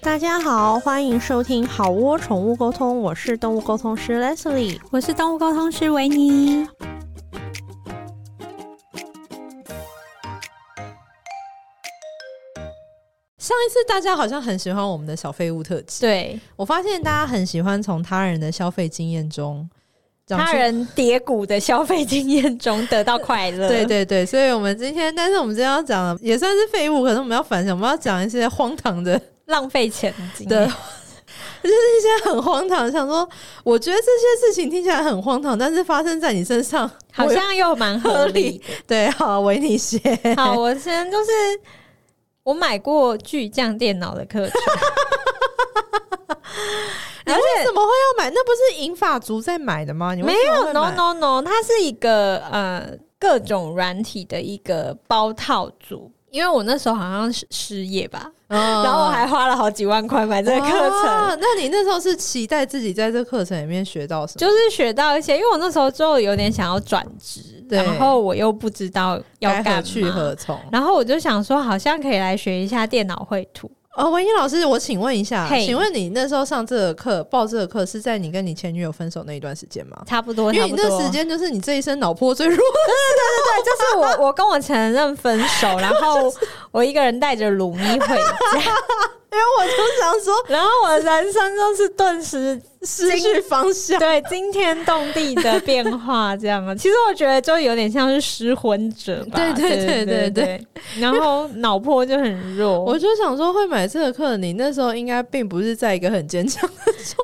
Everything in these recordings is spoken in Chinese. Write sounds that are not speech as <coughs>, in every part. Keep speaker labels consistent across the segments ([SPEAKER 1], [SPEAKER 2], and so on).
[SPEAKER 1] 大家好，欢迎收听好窝宠物沟通，我是动物沟通师 Leslie。
[SPEAKER 2] 我是动物沟通师维尼。
[SPEAKER 1] 上一次大家好像很喜欢我们的小废物特辑，
[SPEAKER 2] 对，
[SPEAKER 1] 我发现大家很喜欢从他人的消费经验中讲出
[SPEAKER 2] 他人跌谷的消费经验中得到快 <laughs> 乐。
[SPEAKER 1] 对对对，所以我们今天，但是我们今天要讲的也算是废物，可是我们要反省，我们要讲一些荒唐的
[SPEAKER 2] 浪费钱的经
[SPEAKER 1] 的
[SPEAKER 2] 验。，
[SPEAKER 1] <laughs> 就是一些很荒唐。想说，我觉得这些事情听起来很荒唐，但是发生在你身上
[SPEAKER 2] 好像又蛮合理。
[SPEAKER 1] 对，好维尼鞋，
[SPEAKER 2] <laughs> 好，我先就是我买过巨匠电脑的 <laughs> 课程，
[SPEAKER 1] 你为什么会要买？那不是银发族在买的吗？你为
[SPEAKER 2] 没
[SPEAKER 1] 什么
[SPEAKER 2] 有
[SPEAKER 1] 会
[SPEAKER 2] ，no
[SPEAKER 1] 买
[SPEAKER 2] no no，它是一个呃各种软体的一个包套组。因为我那时候好像是失业吧，
[SPEAKER 1] 嗯
[SPEAKER 2] 然后我还花了好几万块买这个课程。
[SPEAKER 1] 啊那你那时候是期待自己在这课程里面学到什么？
[SPEAKER 2] 就是学到一些，因为我那时候就有点想要转职，
[SPEAKER 1] 对
[SPEAKER 2] 然后我又不知道要
[SPEAKER 1] 该
[SPEAKER 2] 干
[SPEAKER 1] 何
[SPEAKER 2] 嘛
[SPEAKER 1] 去何从？
[SPEAKER 2] 然后我就想说，好像可以来学一下电脑绘图。
[SPEAKER 1] 哦，文英老师，我请问一下，
[SPEAKER 2] 嘿
[SPEAKER 1] 请问你那时候上这个课、报这个课是在你跟你前女友分手那一段时间吗？
[SPEAKER 2] 差不多，
[SPEAKER 1] 因
[SPEAKER 2] 差
[SPEAKER 1] 为你
[SPEAKER 2] 不
[SPEAKER 1] 那
[SPEAKER 2] 多。
[SPEAKER 1] 时
[SPEAKER 2] 对，
[SPEAKER 1] 间就是你这一生脑波最弱，
[SPEAKER 2] 就是我，我跟我前任分手，然后我一个人带着鲁咪回家，
[SPEAKER 1] 因为我就想说
[SPEAKER 2] <laughs> 然后我的人生就是顿时
[SPEAKER 1] 失去方向。
[SPEAKER 2] 对惊天动地的变化，这样啊。其实我觉得就有点像是失婚者吧，
[SPEAKER 1] 对对
[SPEAKER 2] 对
[SPEAKER 1] 对对
[SPEAKER 2] 对然后脑波就很弱，
[SPEAKER 1] 我就想说，会买这个课，你那时候应该并不是在一个很
[SPEAKER 2] <laughs>
[SPEAKER 1] 坚强。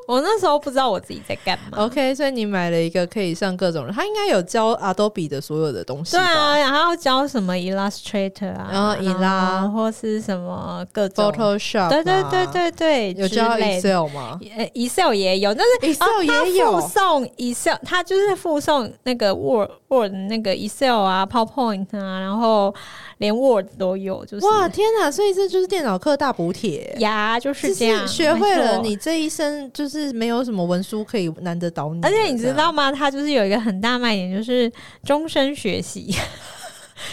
[SPEAKER 2] 我那时候不知道我自己在干嘛。
[SPEAKER 1] OK，所以你买了一个可以上各种，他应该有教 Adobe 的所有的东西
[SPEAKER 2] 对
[SPEAKER 1] 吧。
[SPEAKER 2] 啊，然后教什么 Illustrator 啊，
[SPEAKER 1] 然后 Illa-
[SPEAKER 2] 后或是什么各种，
[SPEAKER 1] ，Photoshop，
[SPEAKER 2] 对对对
[SPEAKER 1] 啊，
[SPEAKER 2] 对对，
[SPEAKER 1] 有教
[SPEAKER 2] 之类的哦
[SPEAKER 1] Excel 吗
[SPEAKER 2] 呃 Excel 也有，但是
[SPEAKER 1] ？Excel
[SPEAKER 2] 它
[SPEAKER 1] 也有
[SPEAKER 2] 附送 Excel，它就是附送那个 Word Word 那个 Excel 啊，PowerPoint 啊，然后连 Word 都有，就是
[SPEAKER 1] 哇，天哪！所以这就是电脑课大补帖。
[SPEAKER 2] 呀，就
[SPEAKER 1] 就是
[SPEAKER 2] 这样，
[SPEAKER 1] 学会
[SPEAKER 2] 没
[SPEAKER 1] 了，
[SPEAKER 2] 错
[SPEAKER 1] 你这一生就是没有什么文书可以难得倒你的。
[SPEAKER 2] 而且你知
[SPEAKER 1] 这 <laughs> 样
[SPEAKER 2] 道吗？它就是有一个很大卖点，就是终身学习。 <laughs>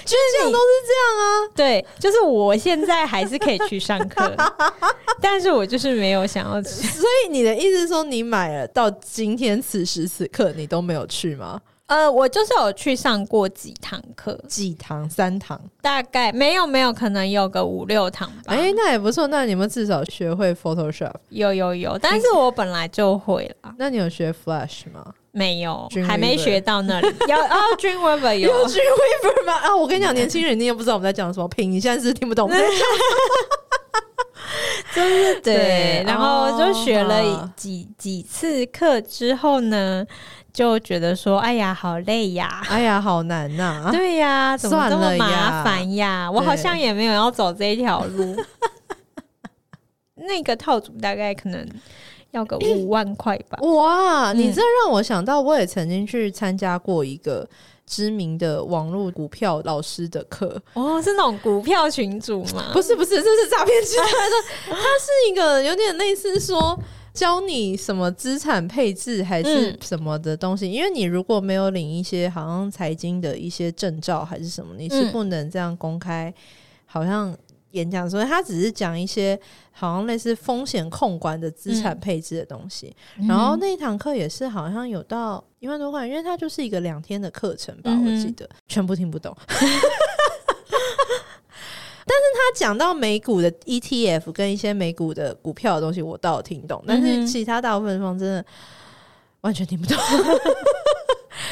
[SPEAKER 2] 就是这样都是这样啊，对，就是我现在还是可以去上 <laughs> 课，但是我就是没有想要去。
[SPEAKER 1] 所以你的意思是说，你买了到今天此时此刻，你都没有去吗？
[SPEAKER 2] 呃，我就是有去上过几堂课，
[SPEAKER 1] 几堂三堂？
[SPEAKER 2] 大概没有没有，可能有个五六堂吧。
[SPEAKER 1] 哎、那也不错。那你们至少学会 Photoshop，
[SPEAKER 2] 有有有，但是我本来就会啦，
[SPEAKER 1] 那你有学 Flash 吗？
[SPEAKER 2] 没有
[SPEAKER 1] Dreamweaver，
[SPEAKER 2] 还没学到那里。有哦，Dreamweaver <laughs> 有，
[SPEAKER 1] 去 Weaver 吗？啊，我跟你讲，年轻人你也不知道我们在讲什么，拼你现在是听不 <laughs> 懂。
[SPEAKER 2] 就是
[SPEAKER 1] 对
[SPEAKER 2] 对，然后就学
[SPEAKER 1] 哦
[SPEAKER 2] 了几几次课之后呢，就觉得说，哎呀，好累呀。
[SPEAKER 1] 哎呀，好难啊呐、
[SPEAKER 2] 对呀、怎么这
[SPEAKER 1] 算了
[SPEAKER 2] 么
[SPEAKER 1] 呀
[SPEAKER 2] 麻烦呀？我好像也没有要走这一条路。那个套组大概可能要个五万块吧。
[SPEAKER 1] 哇，
[SPEAKER 2] 嗯
[SPEAKER 1] 你这让我想到，我也曾经去参加过一个知名的网络股票老师的课，
[SPEAKER 2] 哦，是那种股票群组吗？
[SPEAKER 1] 不是不是，这是诈骗集团的，它是一个有点类似说。教你什么资产配置还是
[SPEAKER 2] 嗯
[SPEAKER 1] 什么的东西，因为你如果没有领一些好像财经的一些证照还是什么，你是
[SPEAKER 2] 嗯
[SPEAKER 1] 不能这样公开，好像演讲。所以他只是讲一些好像类似风险控管的资产配置的东西。
[SPEAKER 2] 嗯
[SPEAKER 1] 然后那一堂课也是好像有到一万多块，因为它就是一个两天的课程吧，
[SPEAKER 2] 嗯哼
[SPEAKER 1] 我记得全部听不懂。 <laughs> 但是他讲到美股的 ETF 跟一些美股的股票的东西，我倒听懂，但
[SPEAKER 2] 嗯
[SPEAKER 1] 是
[SPEAKER 2] 哼
[SPEAKER 1] 其他大部分地方真的完全听不懂。 <laughs>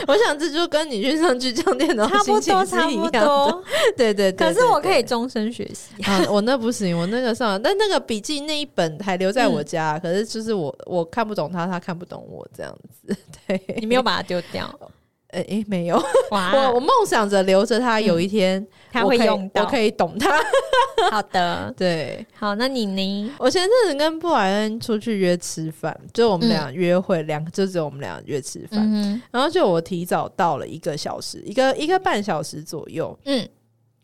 [SPEAKER 1] 我想这就跟你去上去讲电脑
[SPEAKER 2] 差不
[SPEAKER 1] 心情
[SPEAKER 2] 多
[SPEAKER 1] 是
[SPEAKER 2] 差
[SPEAKER 1] 一
[SPEAKER 2] 不
[SPEAKER 1] 样的，
[SPEAKER 2] 多，
[SPEAKER 1] <laughs> 对对对
[SPEAKER 2] 可是
[SPEAKER 1] 对
[SPEAKER 2] 我
[SPEAKER 1] 对
[SPEAKER 2] 可以终身学习。
[SPEAKER 1] <laughs> 啊，我那不行，我那个上，但那个笔记那一本还留在我
[SPEAKER 2] 嗯
[SPEAKER 1] 家，可是就是我我看不懂他，他看不懂我这样子。对，
[SPEAKER 2] 你没有把它丢掉
[SPEAKER 1] 诶、诶没有，
[SPEAKER 2] 哇？
[SPEAKER 1] 我我梦想着留着它，有一天
[SPEAKER 2] 啊嗯他
[SPEAKER 1] 我
[SPEAKER 2] 会
[SPEAKER 1] 可以
[SPEAKER 2] 用
[SPEAKER 1] 我
[SPEAKER 2] 到。
[SPEAKER 1] 可以懂它。
[SPEAKER 2] 好的，
[SPEAKER 1] <laughs> 对
[SPEAKER 2] 好，那你呢？
[SPEAKER 1] 我前阵子跟布莱恩出去约吃饭，就我们俩约会，两、个就只有我们俩约吃饭，
[SPEAKER 2] 嗯
[SPEAKER 1] 然后就我提早到了一个小时，一个一个半小时左右，
[SPEAKER 2] 嗯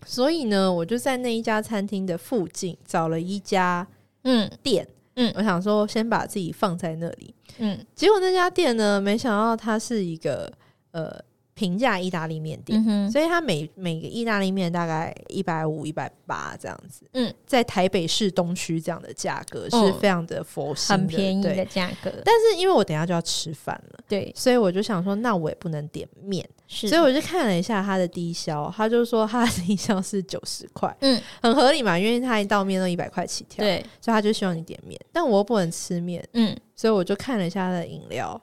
[SPEAKER 1] 所以呢，我就在那一家餐厅的附近找了一家
[SPEAKER 2] 嗯
[SPEAKER 1] 店，
[SPEAKER 2] 嗯
[SPEAKER 1] 我想说先把自己放在那里。
[SPEAKER 2] 嗯
[SPEAKER 1] 结果那家店呢，没想到它是一个呃平价意大利面店，
[SPEAKER 2] 嗯哼，
[SPEAKER 1] 所以它每每个意大利面大概一百五、一百八这样子。
[SPEAKER 2] 嗯，
[SPEAKER 1] 在台北市东区这样的价格是
[SPEAKER 2] 嗯
[SPEAKER 1] 非常的佛心的、
[SPEAKER 2] 很便宜的
[SPEAKER 1] 对，
[SPEAKER 2] 价格，
[SPEAKER 1] 但是因为我等一下就要吃饭了，
[SPEAKER 2] 对，
[SPEAKER 1] 所以我就想说，那我也不能点面，
[SPEAKER 2] 是，
[SPEAKER 1] 所以我就看了一下它的低消，他就说它的低消是九十块，
[SPEAKER 2] 嗯，
[SPEAKER 1] 很合理嘛，因为它一道面都一百块起跳，，
[SPEAKER 2] 对，
[SPEAKER 1] 所以他就希望你点面，但我又不能吃面，
[SPEAKER 2] 嗯，
[SPEAKER 1] 所以我就看了一下他的饮料。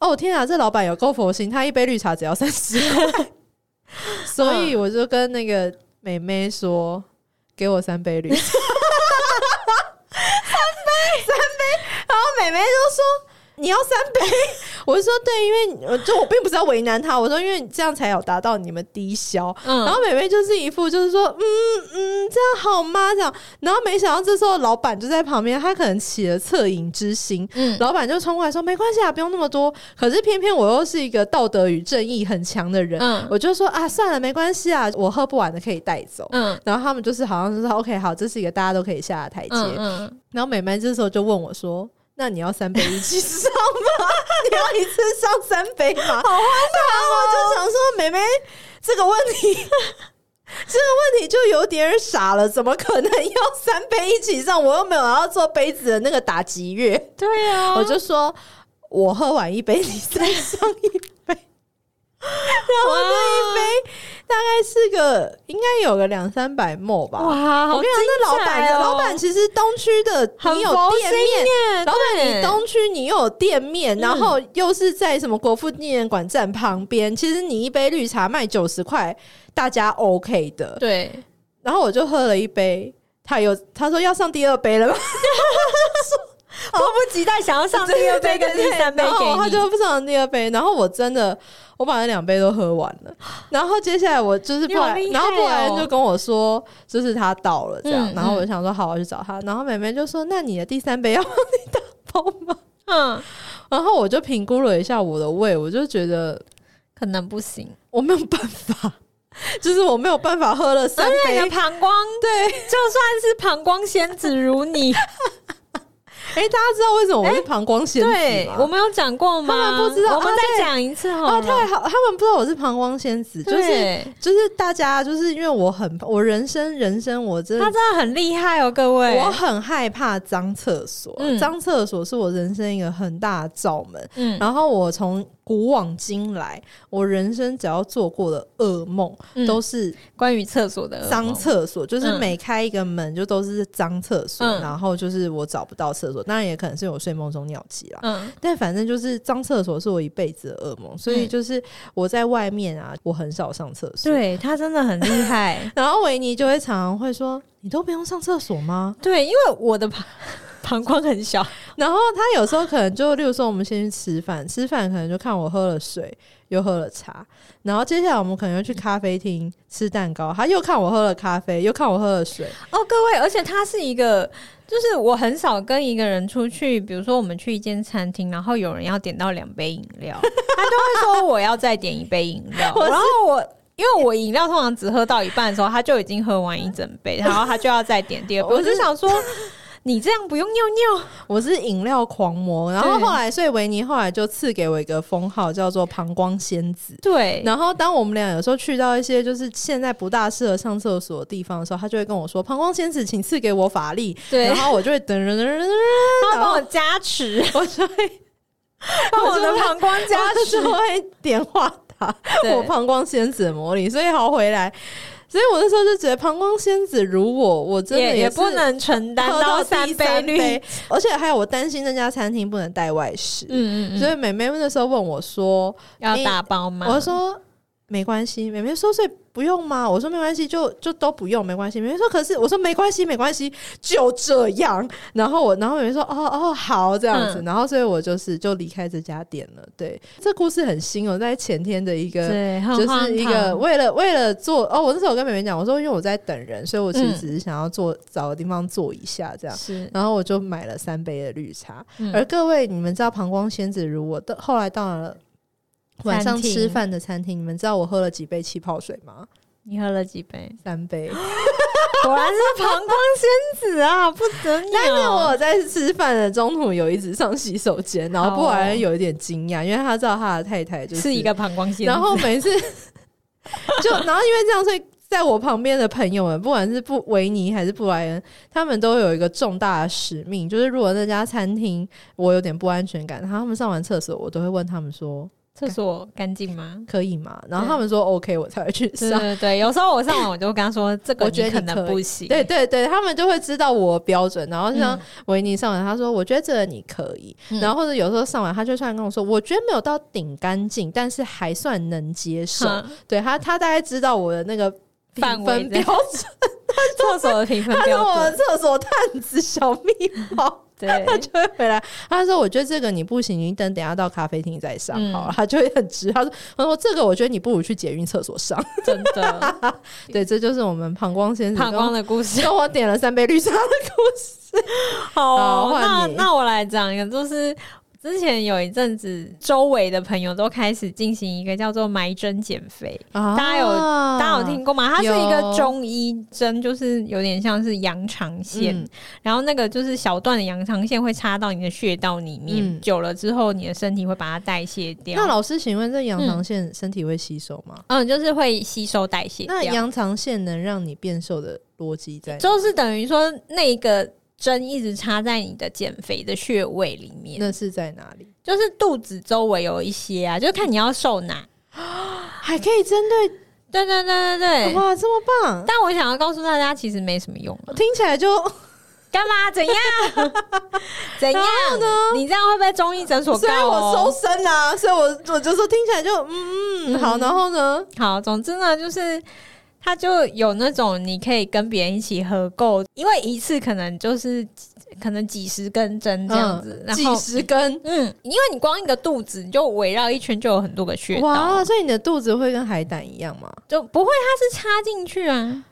[SPEAKER 1] 哦天啊，这老板有够佛心，他一杯绿茶只要三十块，所以我就跟那个美妹说，给我三杯绿茶，三杯三杯，然后美妹就说。你要三杯， <laughs> 我就说对，因为我就我并不是要为难她，我说因为这样才有达到你们低消，
[SPEAKER 2] 嗯，
[SPEAKER 1] <laughs> 然后美美就是一副就是说，嗯嗯，这样好吗？这样，然后没想到这时候老板就在旁边，他可能起了恻隐之心，
[SPEAKER 2] 嗯，
[SPEAKER 1] 老板就冲过来说没关系啊，不用那么多。可是偏偏我又是一个道德与正义很强的人，
[SPEAKER 2] 嗯，
[SPEAKER 1] 我就说啊，算了，没关系啊，我喝不完的可以带走。
[SPEAKER 2] 嗯，
[SPEAKER 1] 然后他们就是好像是说 OK 好，这是一个大家都可以下的台阶。
[SPEAKER 2] 嗯，嗯，
[SPEAKER 1] 然后美美这时候就问我说。那你要三杯一起上吗？ <laughs> 你要一次上三杯
[SPEAKER 2] <laughs>
[SPEAKER 1] 吗？
[SPEAKER 2] 哦
[SPEAKER 1] 好荒唐、然后我就想说，美美这个问题，这个问题就有点傻了，怎么可能要三杯一起上？我又没有要做杯子的那个打击乐。
[SPEAKER 2] 对啊，
[SPEAKER 1] 我就说我喝完一杯，你再上一杯。然后那啊一杯大概是个应该有个两三百沫吧。
[SPEAKER 2] 哇，
[SPEAKER 1] 我
[SPEAKER 2] 好
[SPEAKER 1] 跟你讲，那老
[SPEAKER 2] 精彩
[SPEAKER 1] 板的
[SPEAKER 2] 哦
[SPEAKER 1] 老板其实东区的
[SPEAKER 2] 很
[SPEAKER 1] 你有
[SPEAKER 2] 佛
[SPEAKER 1] 店
[SPEAKER 2] 心
[SPEAKER 1] 面。
[SPEAKER 2] 耶
[SPEAKER 1] 老板，
[SPEAKER 2] 对
[SPEAKER 1] 你东区你又有店面，
[SPEAKER 2] 嗯
[SPEAKER 1] 然后又是在什么国父纪念馆站旁边，其实你一杯绿茶卖九十块，大家 OK 的。
[SPEAKER 2] 对，
[SPEAKER 1] <laughs> 然后我就喝了一杯，他有他说要上第二杯了吗？
[SPEAKER 2] 迫不及待想要上第二杯跟第三杯
[SPEAKER 1] 然
[SPEAKER 2] 给
[SPEAKER 1] 后
[SPEAKER 2] 你，
[SPEAKER 1] 他就不上第二杯，然后我真的我把那两杯都喝完了，然后接下来我就是
[SPEAKER 2] 你
[SPEAKER 1] 布
[SPEAKER 2] 好
[SPEAKER 1] 莱，
[SPEAKER 2] 厉害
[SPEAKER 1] 然后布莱恩
[SPEAKER 2] 哦
[SPEAKER 1] 就跟我说，就是他到了这样，
[SPEAKER 2] 嗯
[SPEAKER 1] 然后我就想说好，我去找他，然后妹妹就说那你的第三杯要帮你打包吗？ <laughs>
[SPEAKER 2] 嗯，
[SPEAKER 1] 然后我就评估了一下我的胃，我就觉得
[SPEAKER 2] 可能不行，
[SPEAKER 1] 我没有办法，就是我没有办法喝了
[SPEAKER 2] 而
[SPEAKER 1] 三
[SPEAKER 2] 啊且你
[SPEAKER 1] 杯，
[SPEAKER 2] 的膀胱，
[SPEAKER 1] 对，
[SPEAKER 2] 就算是膀胱仙子如你，
[SPEAKER 1] 哎、大家知道为什么我是膀胱仙子吗？
[SPEAKER 2] 对我们有讲过吗？
[SPEAKER 1] 他们不知道
[SPEAKER 2] 我们
[SPEAKER 1] 啊
[SPEAKER 2] 再讲一次好
[SPEAKER 1] 啊，
[SPEAKER 2] 了。
[SPEAKER 1] 太好，他们不知道我是膀胱仙子，就是
[SPEAKER 2] 对
[SPEAKER 1] 就是大家，就是因为我很，我人生人生我真
[SPEAKER 2] 他
[SPEAKER 1] 的，
[SPEAKER 2] 真的很厉害哦，各位。
[SPEAKER 1] 我很害怕脏厕所
[SPEAKER 2] 嗯，
[SPEAKER 1] 脏厕所是我人生一个很大的罩门。
[SPEAKER 2] 嗯
[SPEAKER 1] 然后我从古往今来，我人生只要做过的噩梦
[SPEAKER 2] 嗯
[SPEAKER 1] 都是
[SPEAKER 2] 关于厕所的
[SPEAKER 1] 脏厕所，就是
[SPEAKER 2] 嗯
[SPEAKER 1] 每开一个门就都是脏厕所，
[SPEAKER 2] 嗯
[SPEAKER 1] 然后就是我找不到厕所，当然也可能是我睡梦中尿急啦。
[SPEAKER 2] 嗯
[SPEAKER 1] 但反正就是脏厕所是我一辈子的噩梦，所以
[SPEAKER 2] 嗯
[SPEAKER 1] 就是我在外面啊，我很少上厕所。。
[SPEAKER 2] 对他真的很厉害
[SPEAKER 1] 然后维尼就会常常会说：“你都不用上厕所吗
[SPEAKER 2] <laughs> 对，因为我的膀 <laughs> 膀胱很小，？”
[SPEAKER 1] 然后他有时候可能就，例如说我们先去吃饭，吃饭可能就看我喝了水，又喝了茶，然后接下来我们可能又去咖啡厅吃蛋糕，他又看我喝了咖啡，又看我喝了水，
[SPEAKER 2] 哦，各位，而且他是一个，就是我很少跟一个人出去，比如说我们去一间餐厅，然后有人要点到两杯饮 <laughs> 料，他就会说我要再点一杯饮 <laughs> 料，
[SPEAKER 1] 我是
[SPEAKER 2] 哦然后我。因为我饮料通常只喝到一半的时候，他就已经喝完一整 <laughs> 杯，然后他就要再点第二杯。
[SPEAKER 1] 我
[SPEAKER 2] 我
[SPEAKER 1] 是
[SPEAKER 2] 就 <laughs> 想说，你这样不用尿尿，
[SPEAKER 1] 我是饮料狂魔。然后
[SPEAKER 2] 对
[SPEAKER 1] 后来，所以维尼后来就赐给我一个封号，叫做“膀胱仙子”。
[SPEAKER 2] 对，
[SPEAKER 1] 然后，当我们俩有时候去到一些就是现在不大适合上厕所的地方的时候，他就会跟我说：“膀胱仙子，请赐给我法力。”
[SPEAKER 2] 对
[SPEAKER 1] 然后我就会噔噔噔噔噔，
[SPEAKER 2] 他
[SPEAKER 1] 然
[SPEAKER 2] 帮
[SPEAKER 1] 后
[SPEAKER 2] 我加持，
[SPEAKER 1] 我就会
[SPEAKER 2] 帮我的膀胱 <laughs> 加
[SPEAKER 1] 我
[SPEAKER 2] 持
[SPEAKER 1] 就，会点化他，
[SPEAKER 2] 对
[SPEAKER 1] 我膀胱仙子的魔力，所以好回来。所以我那时候就觉得膀胱仙子如我，我真的
[SPEAKER 2] 也也
[SPEAKER 1] 是
[SPEAKER 2] 不能承担
[SPEAKER 1] 喝到第
[SPEAKER 2] 三
[SPEAKER 1] 杯
[SPEAKER 2] 绿，
[SPEAKER 1] 而且还有我担心那家餐厅不能带外食，
[SPEAKER 2] <laughs> 嗯嗯嗯，
[SPEAKER 1] 所以美妹那时候问我说，
[SPEAKER 2] 要
[SPEAKER 1] 你
[SPEAKER 2] 打包吗？
[SPEAKER 1] 我说没关系，美妹说所以不用吗？我说没关系，就就都不用，没关系。美妹说可是我说没关系，没关系，就这样。然后我，然后美妹说哦哦好这样子，
[SPEAKER 2] 嗯
[SPEAKER 1] 然后所以我就是就离开这家店了。对，这故事很新哦，在前天的一个。
[SPEAKER 2] 对，很
[SPEAKER 1] 就是一
[SPEAKER 2] 荒
[SPEAKER 1] 个
[SPEAKER 2] 唐
[SPEAKER 1] 为了为了做哦，我那时候我跟美美讲，我说因为我在等人，所以我其实
[SPEAKER 2] 嗯
[SPEAKER 1] 只是想要坐找个地方坐一下这样，
[SPEAKER 2] 是
[SPEAKER 1] 然后我就买了三杯的绿茶，
[SPEAKER 2] 嗯
[SPEAKER 1] 而各位，你们知道膀胱仙子如我的，后来到了晚上吃饭的餐厅，你们知道我喝了几杯气泡水吗？
[SPEAKER 2] 你喝了几杯？
[SPEAKER 1] 三杯。
[SPEAKER 2] 果然是膀胱仙子
[SPEAKER 1] <laughs>
[SPEAKER 2] 啊，不得了！
[SPEAKER 1] 但是我在吃饭的中途有一直上洗手间，然后不然有一点惊讶，因为他知道他的太太就是
[SPEAKER 2] 哦一个膀胱仙子，
[SPEAKER 1] 然后每次 <laughs> 就然后因为这样，所以在我旁边的朋友们，不管是不维尼还是布莱恩，他们都有一个重大的使命，就是如果那家餐厅我有点不安全感，然后他们上完厕所，我都会问他们说
[SPEAKER 2] 厕所干净吗？
[SPEAKER 1] 可以吗？然后他们说 OK，我才会去
[SPEAKER 2] 对
[SPEAKER 1] 上。
[SPEAKER 2] 对对，有时候我上网我就跟他说，这个
[SPEAKER 1] 啊我觉得
[SPEAKER 2] 你
[SPEAKER 1] 你
[SPEAKER 2] 可能
[SPEAKER 1] 可以
[SPEAKER 2] 不行。
[SPEAKER 1] 对对对，他们就会知道我标准，然后
[SPEAKER 2] 嗯，
[SPEAKER 1] 像维尼上完，他说我觉得这个你可以，
[SPEAKER 2] 嗯
[SPEAKER 1] 然后或者有时候上完，他就突然跟我说，我觉得没有到顶干净，但是还算能接受。 <laughs>
[SPEAKER 2] 哼
[SPEAKER 1] 对他，他大概知道我的那个评
[SPEAKER 2] 范围
[SPEAKER 1] 分
[SPEAKER 2] 这
[SPEAKER 1] 标
[SPEAKER 2] 样
[SPEAKER 1] 准，
[SPEAKER 2] <laughs> 厕所的评分
[SPEAKER 1] 他是
[SPEAKER 2] 标
[SPEAKER 1] 我的
[SPEAKER 2] 准，
[SPEAKER 1] 厕所探子小蜜蜂，
[SPEAKER 2] <laughs> 对，
[SPEAKER 1] 他就会回来，他说我觉得这个你不行，你等等一下到咖啡厅再上
[SPEAKER 2] 嗯
[SPEAKER 1] 好了，他就会很直，他说他说这个我觉得你不如去捷运厕
[SPEAKER 2] <laughs>
[SPEAKER 1] 所上，
[SPEAKER 2] 真
[SPEAKER 1] <laughs>
[SPEAKER 2] 的
[SPEAKER 1] 对，这就是我们膀胱先生
[SPEAKER 2] 膀
[SPEAKER 1] 跟
[SPEAKER 2] 胱
[SPEAKER 1] 我
[SPEAKER 2] 的故
[SPEAKER 1] <laughs>
[SPEAKER 2] 事。
[SPEAKER 1] 跟我点了三杯绿茶的故事。
[SPEAKER 2] 好哦、
[SPEAKER 1] 好
[SPEAKER 2] 那
[SPEAKER 1] 换你
[SPEAKER 2] 那我来讲一个，就是之前有一阵子，周围的朋友都开始进行一个叫做埋针减肥。<laughs>
[SPEAKER 1] 啊
[SPEAKER 2] 大家有大家有听过吗？它是一个
[SPEAKER 1] 有
[SPEAKER 2] 中医针，就是有点像是羊肠线，
[SPEAKER 1] 嗯
[SPEAKER 2] 然后那个就是小段的羊肠线会插到你的穴道里面，
[SPEAKER 1] 嗯
[SPEAKER 2] 久了之后，你的身体会把它代谢掉
[SPEAKER 1] 那。老师，请问这羊肠线身体会吸收吗？
[SPEAKER 2] 嗯，就是会吸收代谢
[SPEAKER 1] 那
[SPEAKER 2] 掉，
[SPEAKER 1] 羊肠线能让你变瘦的逻辑在哪？
[SPEAKER 2] 就是等于说那个针一直插在你的减肥的穴位里面。
[SPEAKER 1] 那是在哪里？
[SPEAKER 2] 就是肚子周围有一些啊，就是看你要瘦哪。
[SPEAKER 1] 还可以针对
[SPEAKER 2] 对对对对对。
[SPEAKER 1] <laughs> 哇，这么棒！
[SPEAKER 2] 但我想要告诉大家，其实没什么用、啊。
[SPEAKER 1] 听起来就
[SPEAKER 2] 干嘛？怎 <laughs> 样？怎样
[SPEAKER 1] 啊
[SPEAKER 2] 呢？你这样会被中医诊所
[SPEAKER 1] 虽然
[SPEAKER 2] 告、
[SPEAKER 1] 我
[SPEAKER 2] 哦
[SPEAKER 1] 收。身啊，所以我我就说听起来就嗯嗯好，然后呢？
[SPEAKER 2] 好，总之呢，就是它就有那种你可以跟别人一起合购，因为一次可能就是可能几十根针这样子，然
[SPEAKER 1] 几
[SPEAKER 2] 后。
[SPEAKER 1] 十根
[SPEAKER 2] 嗯，因为你光一个肚子，你就围绕一圈就有很多个穴道
[SPEAKER 1] 哇，，所以你的肚子会跟海胆一样吗？
[SPEAKER 2] 就不会它是插进去啊。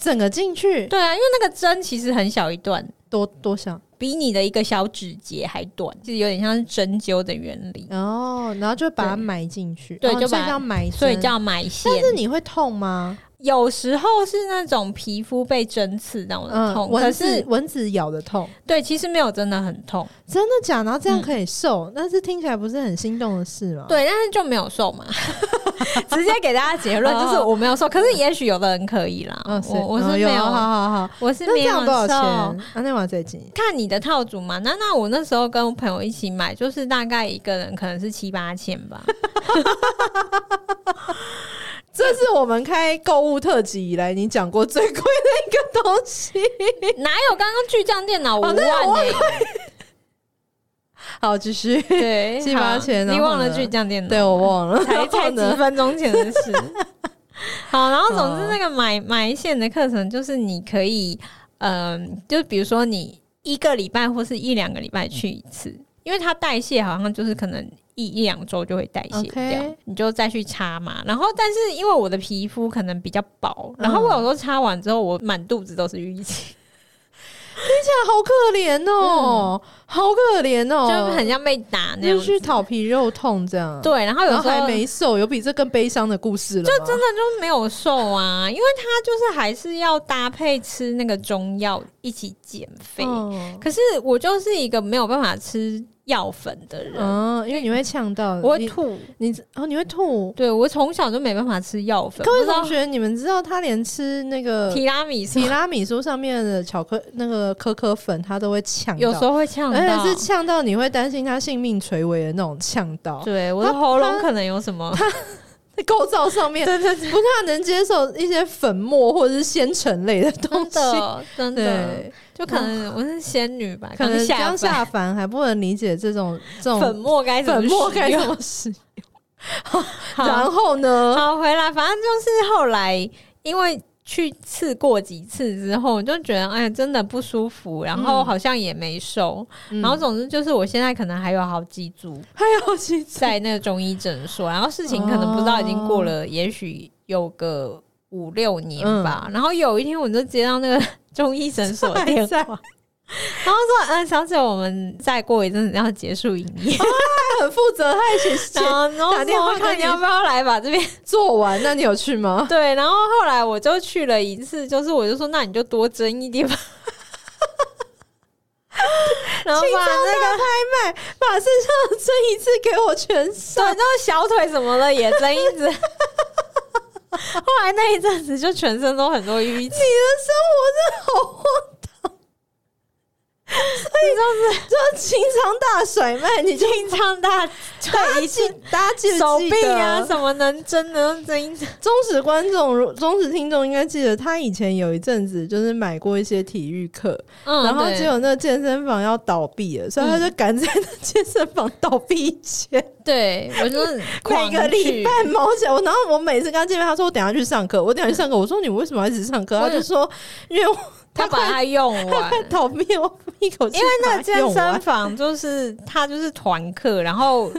[SPEAKER 1] 整个进去
[SPEAKER 2] 对啊，因为那个针其实很小一段，
[SPEAKER 1] 多多少？
[SPEAKER 2] 比你的一个小指节还短，就是有点像是针灸的原理，
[SPEAKER 1] 哦，然后就把它
[SPEAKER 2] 对
[SPEAKER 1] 埋进去，
[SPEAKER 2] 对
[SPEAKER 1] 哦
[SPEAKER 2] 就
[SPEAKER 1] 所以
[SPEAKER 2] 把
[SPEAKER 1] 叫埋针，
[SPEAKER 2] 所以叫埋线
[SPEAKER 1] 但。是你会痛吗？
[SPEAKER 2] 有时候是那种皮肤被针刺到的痛，可
[SPEAKER 1] 嗯蚊子
[SPEAKER 2] 嗯是
[SPEAKER 1] 蚊子咬的痛，
[SPEAKER 2] 对，其实没有真的很痛，
[SPEAKER 1] 真的假的？然后这样
[SPEAKER 2] 嗯
[SPEAKER 1] 可以瘦，但是听起来不是很心动的事吗？，
[SPEAKER 2] 对，但是就没有瘦嘛。嗯 <laughs> 直接给大家结 <laughs> 论就是我没有瘦，可是也许有的人可以啦。
[SPEAKER 1] 嗯、是，
[SPEAKER 2] 我哦我是
[SPEAKER 1] 嗯
[SPEAKER 2] 没
[SPEAKER 1] 有，好
[SPEAKER 2] 有，哦
[SPEAKER 1] 好好，
[SPEAKER 2] 我是
[SPEAKER 1] 那
[SPEAKER 2] 没
[SPEAKER 1] 这
[SPEAKER 2] 有
[SPEAKER 1] 样多少钱？
[SPEAKER 2] 瘦
[SPEAKER 1] 啊。，那我再进。
[SPEAKER 2] 看你的套组嘛，那那我那时候跟我朋友一起买，就是大概一个人可能是七八千 <laughs> 吧。
[SPEAKER 1] 这是我们开购物特辑以来你讲过最贵的一个东 <laughs> 西。
[SPEAKER 2] 哪有刚刚巨匠电脑五万
[SPEAKER 1] 那个五
[SPEAKER 2] 呢、
[SPEAKER 1] 好，继续。 <laughs>
[SPEAKER 2] 对，
[SPEAKER 1] 七八
[SPEAKER 2] 好
[SPEAKER 1] 千然
[SPEAKER 2] 你
[SPEAKER 1] 后
[SPEAKER 2] 忘了
[SPEAKER 1] 呢
[SPEAKER 2] 巨匠电脑，
[SPEAKER 1] 对，我忘了。
[SPEAKER 2] 才
[SPEAKER 1] 然后
[SPEAKER 2] 才
[SPEAKER 1] 呢
[SPEAKER 2] 几分钟前的
[SPEAKER 1] <laughs>
[SPEAKER 2] 事。好，然后总之
[SPEAKER 1] 好
[SPEAKER 2] 那个买买线的课程就是你可以，嗯、就比如说你一个礼拜或是一两个礼拜去一次，因为它代谢好像就是可能。一一两周就会代谢掉
[SPEAKER 1] OK
[SPEAKER 2] 你就再去擦嘛。然后，但是因为我的皮肤可能比较薄，然后
[SPEAKER 1] 嗯
[SPEAKER 2] 我有时候擦完之后，我满肚子都是淤青，
[SPEAKER 1] 听起来好可怜哦，好可怜哦，
[SPEAKER 2] 就是很像被打那样
[SPEAKER 1] 就
[SPEAKER 2] 子。
[SPEAKER 1] 是讨皮肉痛这样。，
[SPEAKER 2] 对，然后有时
[SPEAKER 1] 然
[SPEAKER 2] 候
[SPEAKER 1] 后还没瘦，有比这更悲伤的故事了吗。就
[SPEAKER 2] 真的就没有瘦啊，因为他就是还是要搭配吃那个中药一起减肥。
[SPEAKER 1] 嗯
[SPEAKER 2] 可是我就是一个没有办法吃药粉的人，
[SPEAKER 1] 嗯，因为你会呛到，
[SPEAKER 2] 我会
[SPEAKER 1] 你
[SPEAKER 2] 吐。
[SPEAKER 1] 你哦，你会吐。
[SPEAKER 2] 对我从小就没办法吃药粉，
[SPEAKER 1] 各位
[SPEAKER 2] 不知道
[SPEAKER 1] 同学，你们知道他连吃那个
[SPEAKER 2] 提拉米苏
[SPEAKER 1] 提拉米苏上面的巧克那个可可粉，他都会呛到，
[SPEAKER 2] 有时候会呛
[SPEAKER 1] 而且
[SPEAKER 2] 到，
[SPEAKER 1] 是呛到你会担心他性命垂危的那种呛到。
[SPEAKER 2] 对我的
[SPEAKER 1] 它
[SPEAKER 2] 喉咙
[SPEAKER 1] 它
[SPEAKER 2] 可能有什么，
[SPEAKER 1] 在构造
[SPEAKER 2] <laughs>
[SPEAKER 1] 上面
[SPEAKER 2] 对对对，
[SPEAKER 1] 不太能接受一些粉末或者是鲜橙类的东
[SPEAKER 2] 真
[SPEAKER 1] 西，
[SPEAKER 2] 的真的，
[SPEAKER 1] 对，嗯
[SPEAKER 2] 就可能我是仙女吧，
[SPEAKER 1] 可能
[SPEAKER 2] 下
[SPEAKER 1] 刚
[SPEAKER 2] 凡
[SPEAKER 1] 下凡还不能理解这种这
[SPEAKER 2] 粉
[SPEAKER 1] 种
[SPEAKER 2] 末该怎么
[SPEAKER 1] 粉末
[SPEAKER 2] 使
[SPEAKER 1] 该
[SPEAKER 2] 用
[SPEAKER 1] 怎么使。
[SPEAKER 2] 好
[SPEAKER 1] 然后 <laughs> 呢？
[SPEAKER 2] 好，回来，反正就是后来因为去刺过几次之后，我就觉得哎，真的不舒服，然后
[SPEAKER 1] 嗯
[SPEAKER 2] 好像也没瘦，
[SPEAKER 1] 嗯
[SPEAKER 2] 然后总之就是我现在可能还有好几组
[SPEAKER 1] 还有其实
[SPEAKER 2] 在那个中医诊所，然后事情可能不知道已经过
[SPEAKER 1] 哦
[SPEAKER 2] 了，也许有个五六年吧，
[SPEAKER 1] 嗯
[SPEAKER 2] 然后有一天我就接到那个中医诊所的
[SPEAKER 1] <laughs>
[SPEAKER 2] 呃电话。然后说，嗯，小姐，我们再过一阵子要结束营业，
[SPEAKER 1] 很负责，他还写写
[SPEAKER 2] 然后 <laughs> 然后
[SPEAKER 1] 打电话
[SPEAKER 2] 说看
[SPEAKER 1] 跟
[SPEAKER 2] 你要
[SPEAKER 1] 你
[SPEAKER 2] 不要来把这边？
[SPEAKER 1] 做完。那你有去
[SPEAKER 2] <laughs>
[SPEAKER 1] 吗
[SPEAKER 2] 对，然后后来我就去了一次，就是我就说那你就多蒸一点吧， <laughs> 然后
[SPEAKER 1] 请
[SPEAKER 2] 把
[SPEAKER 1] 张
[SPEAKER 2] 那
[SPEAKER 1] 大
[SPEAKER 2] 个
[SPEAKER 1] 拍卖，把身上的针一次给我全
[SPEAKER 2] 对，
[SPEAKER 1] 上。
[SPEAKER 2] 然后小腿什么的也蒸一只。 <laughs> 后来那一阵子就全身都很多淤青，
[SPEAKER 1] 你的生活真的好荒唐，所以就是就情商大甩卖， <laughs> 你就
[SPEAKER 2] 经常大
[SPEAKER 1] 大
[SPEAKER 2] 腿
[SPEAKER 1] 家
[SPEAKER 2] 一
[SPEAKER 1] 记
[SPEAKER 2] 次，
[SPEAKER 1] 大家记得
[SPEAKER 2] 手
[SPEAKER 1] 记
[SPEAKER 2] 臂啊
[SPEAKER 1] 得
[SPEAKER 2] 什么能蒸能蒸一只。
[SPEAKER 1] 忠实观众、如忠实听众应该记得，他以前有一阵子就是买过一些体育课，
[SPEAKER 2] 嗯
[SPEAKER 1] 然后
[SPEAKER 2] 对
[SPEAKER 1] 结果那健身房要倒闭了，所以他就赶在那健身房倒闭以前，
[SPEAKER 2] 对我 <laughs> 就是
[SPEAKER 1] 每个
[SPEAKER 2] 狂
[SPEAKER 1] 礼
[SPEAKER 2] 去
[SPEAKER 1] 拜毛起来。我然后我每次跟他见面，他说我等一下去上课，我等一下去上课。我说你为什么要一直上课？
[SPEAKER 2] 我
[SPEAKER 1] 他就说因为我
[SPEAKER 2] 他把它用完，
[SPEAKER 1] 快倒闭，我一口气
[SPEAKER 2] 因为那个
[SPEAKER 1] 把它用
[SPEAKER 2] 健身
[SPEAKER 1] 完
[SPEAKER 2] 房
[SPEAKER 1] <laughs>
[SPEAKER 2] 就是它就是团课，然后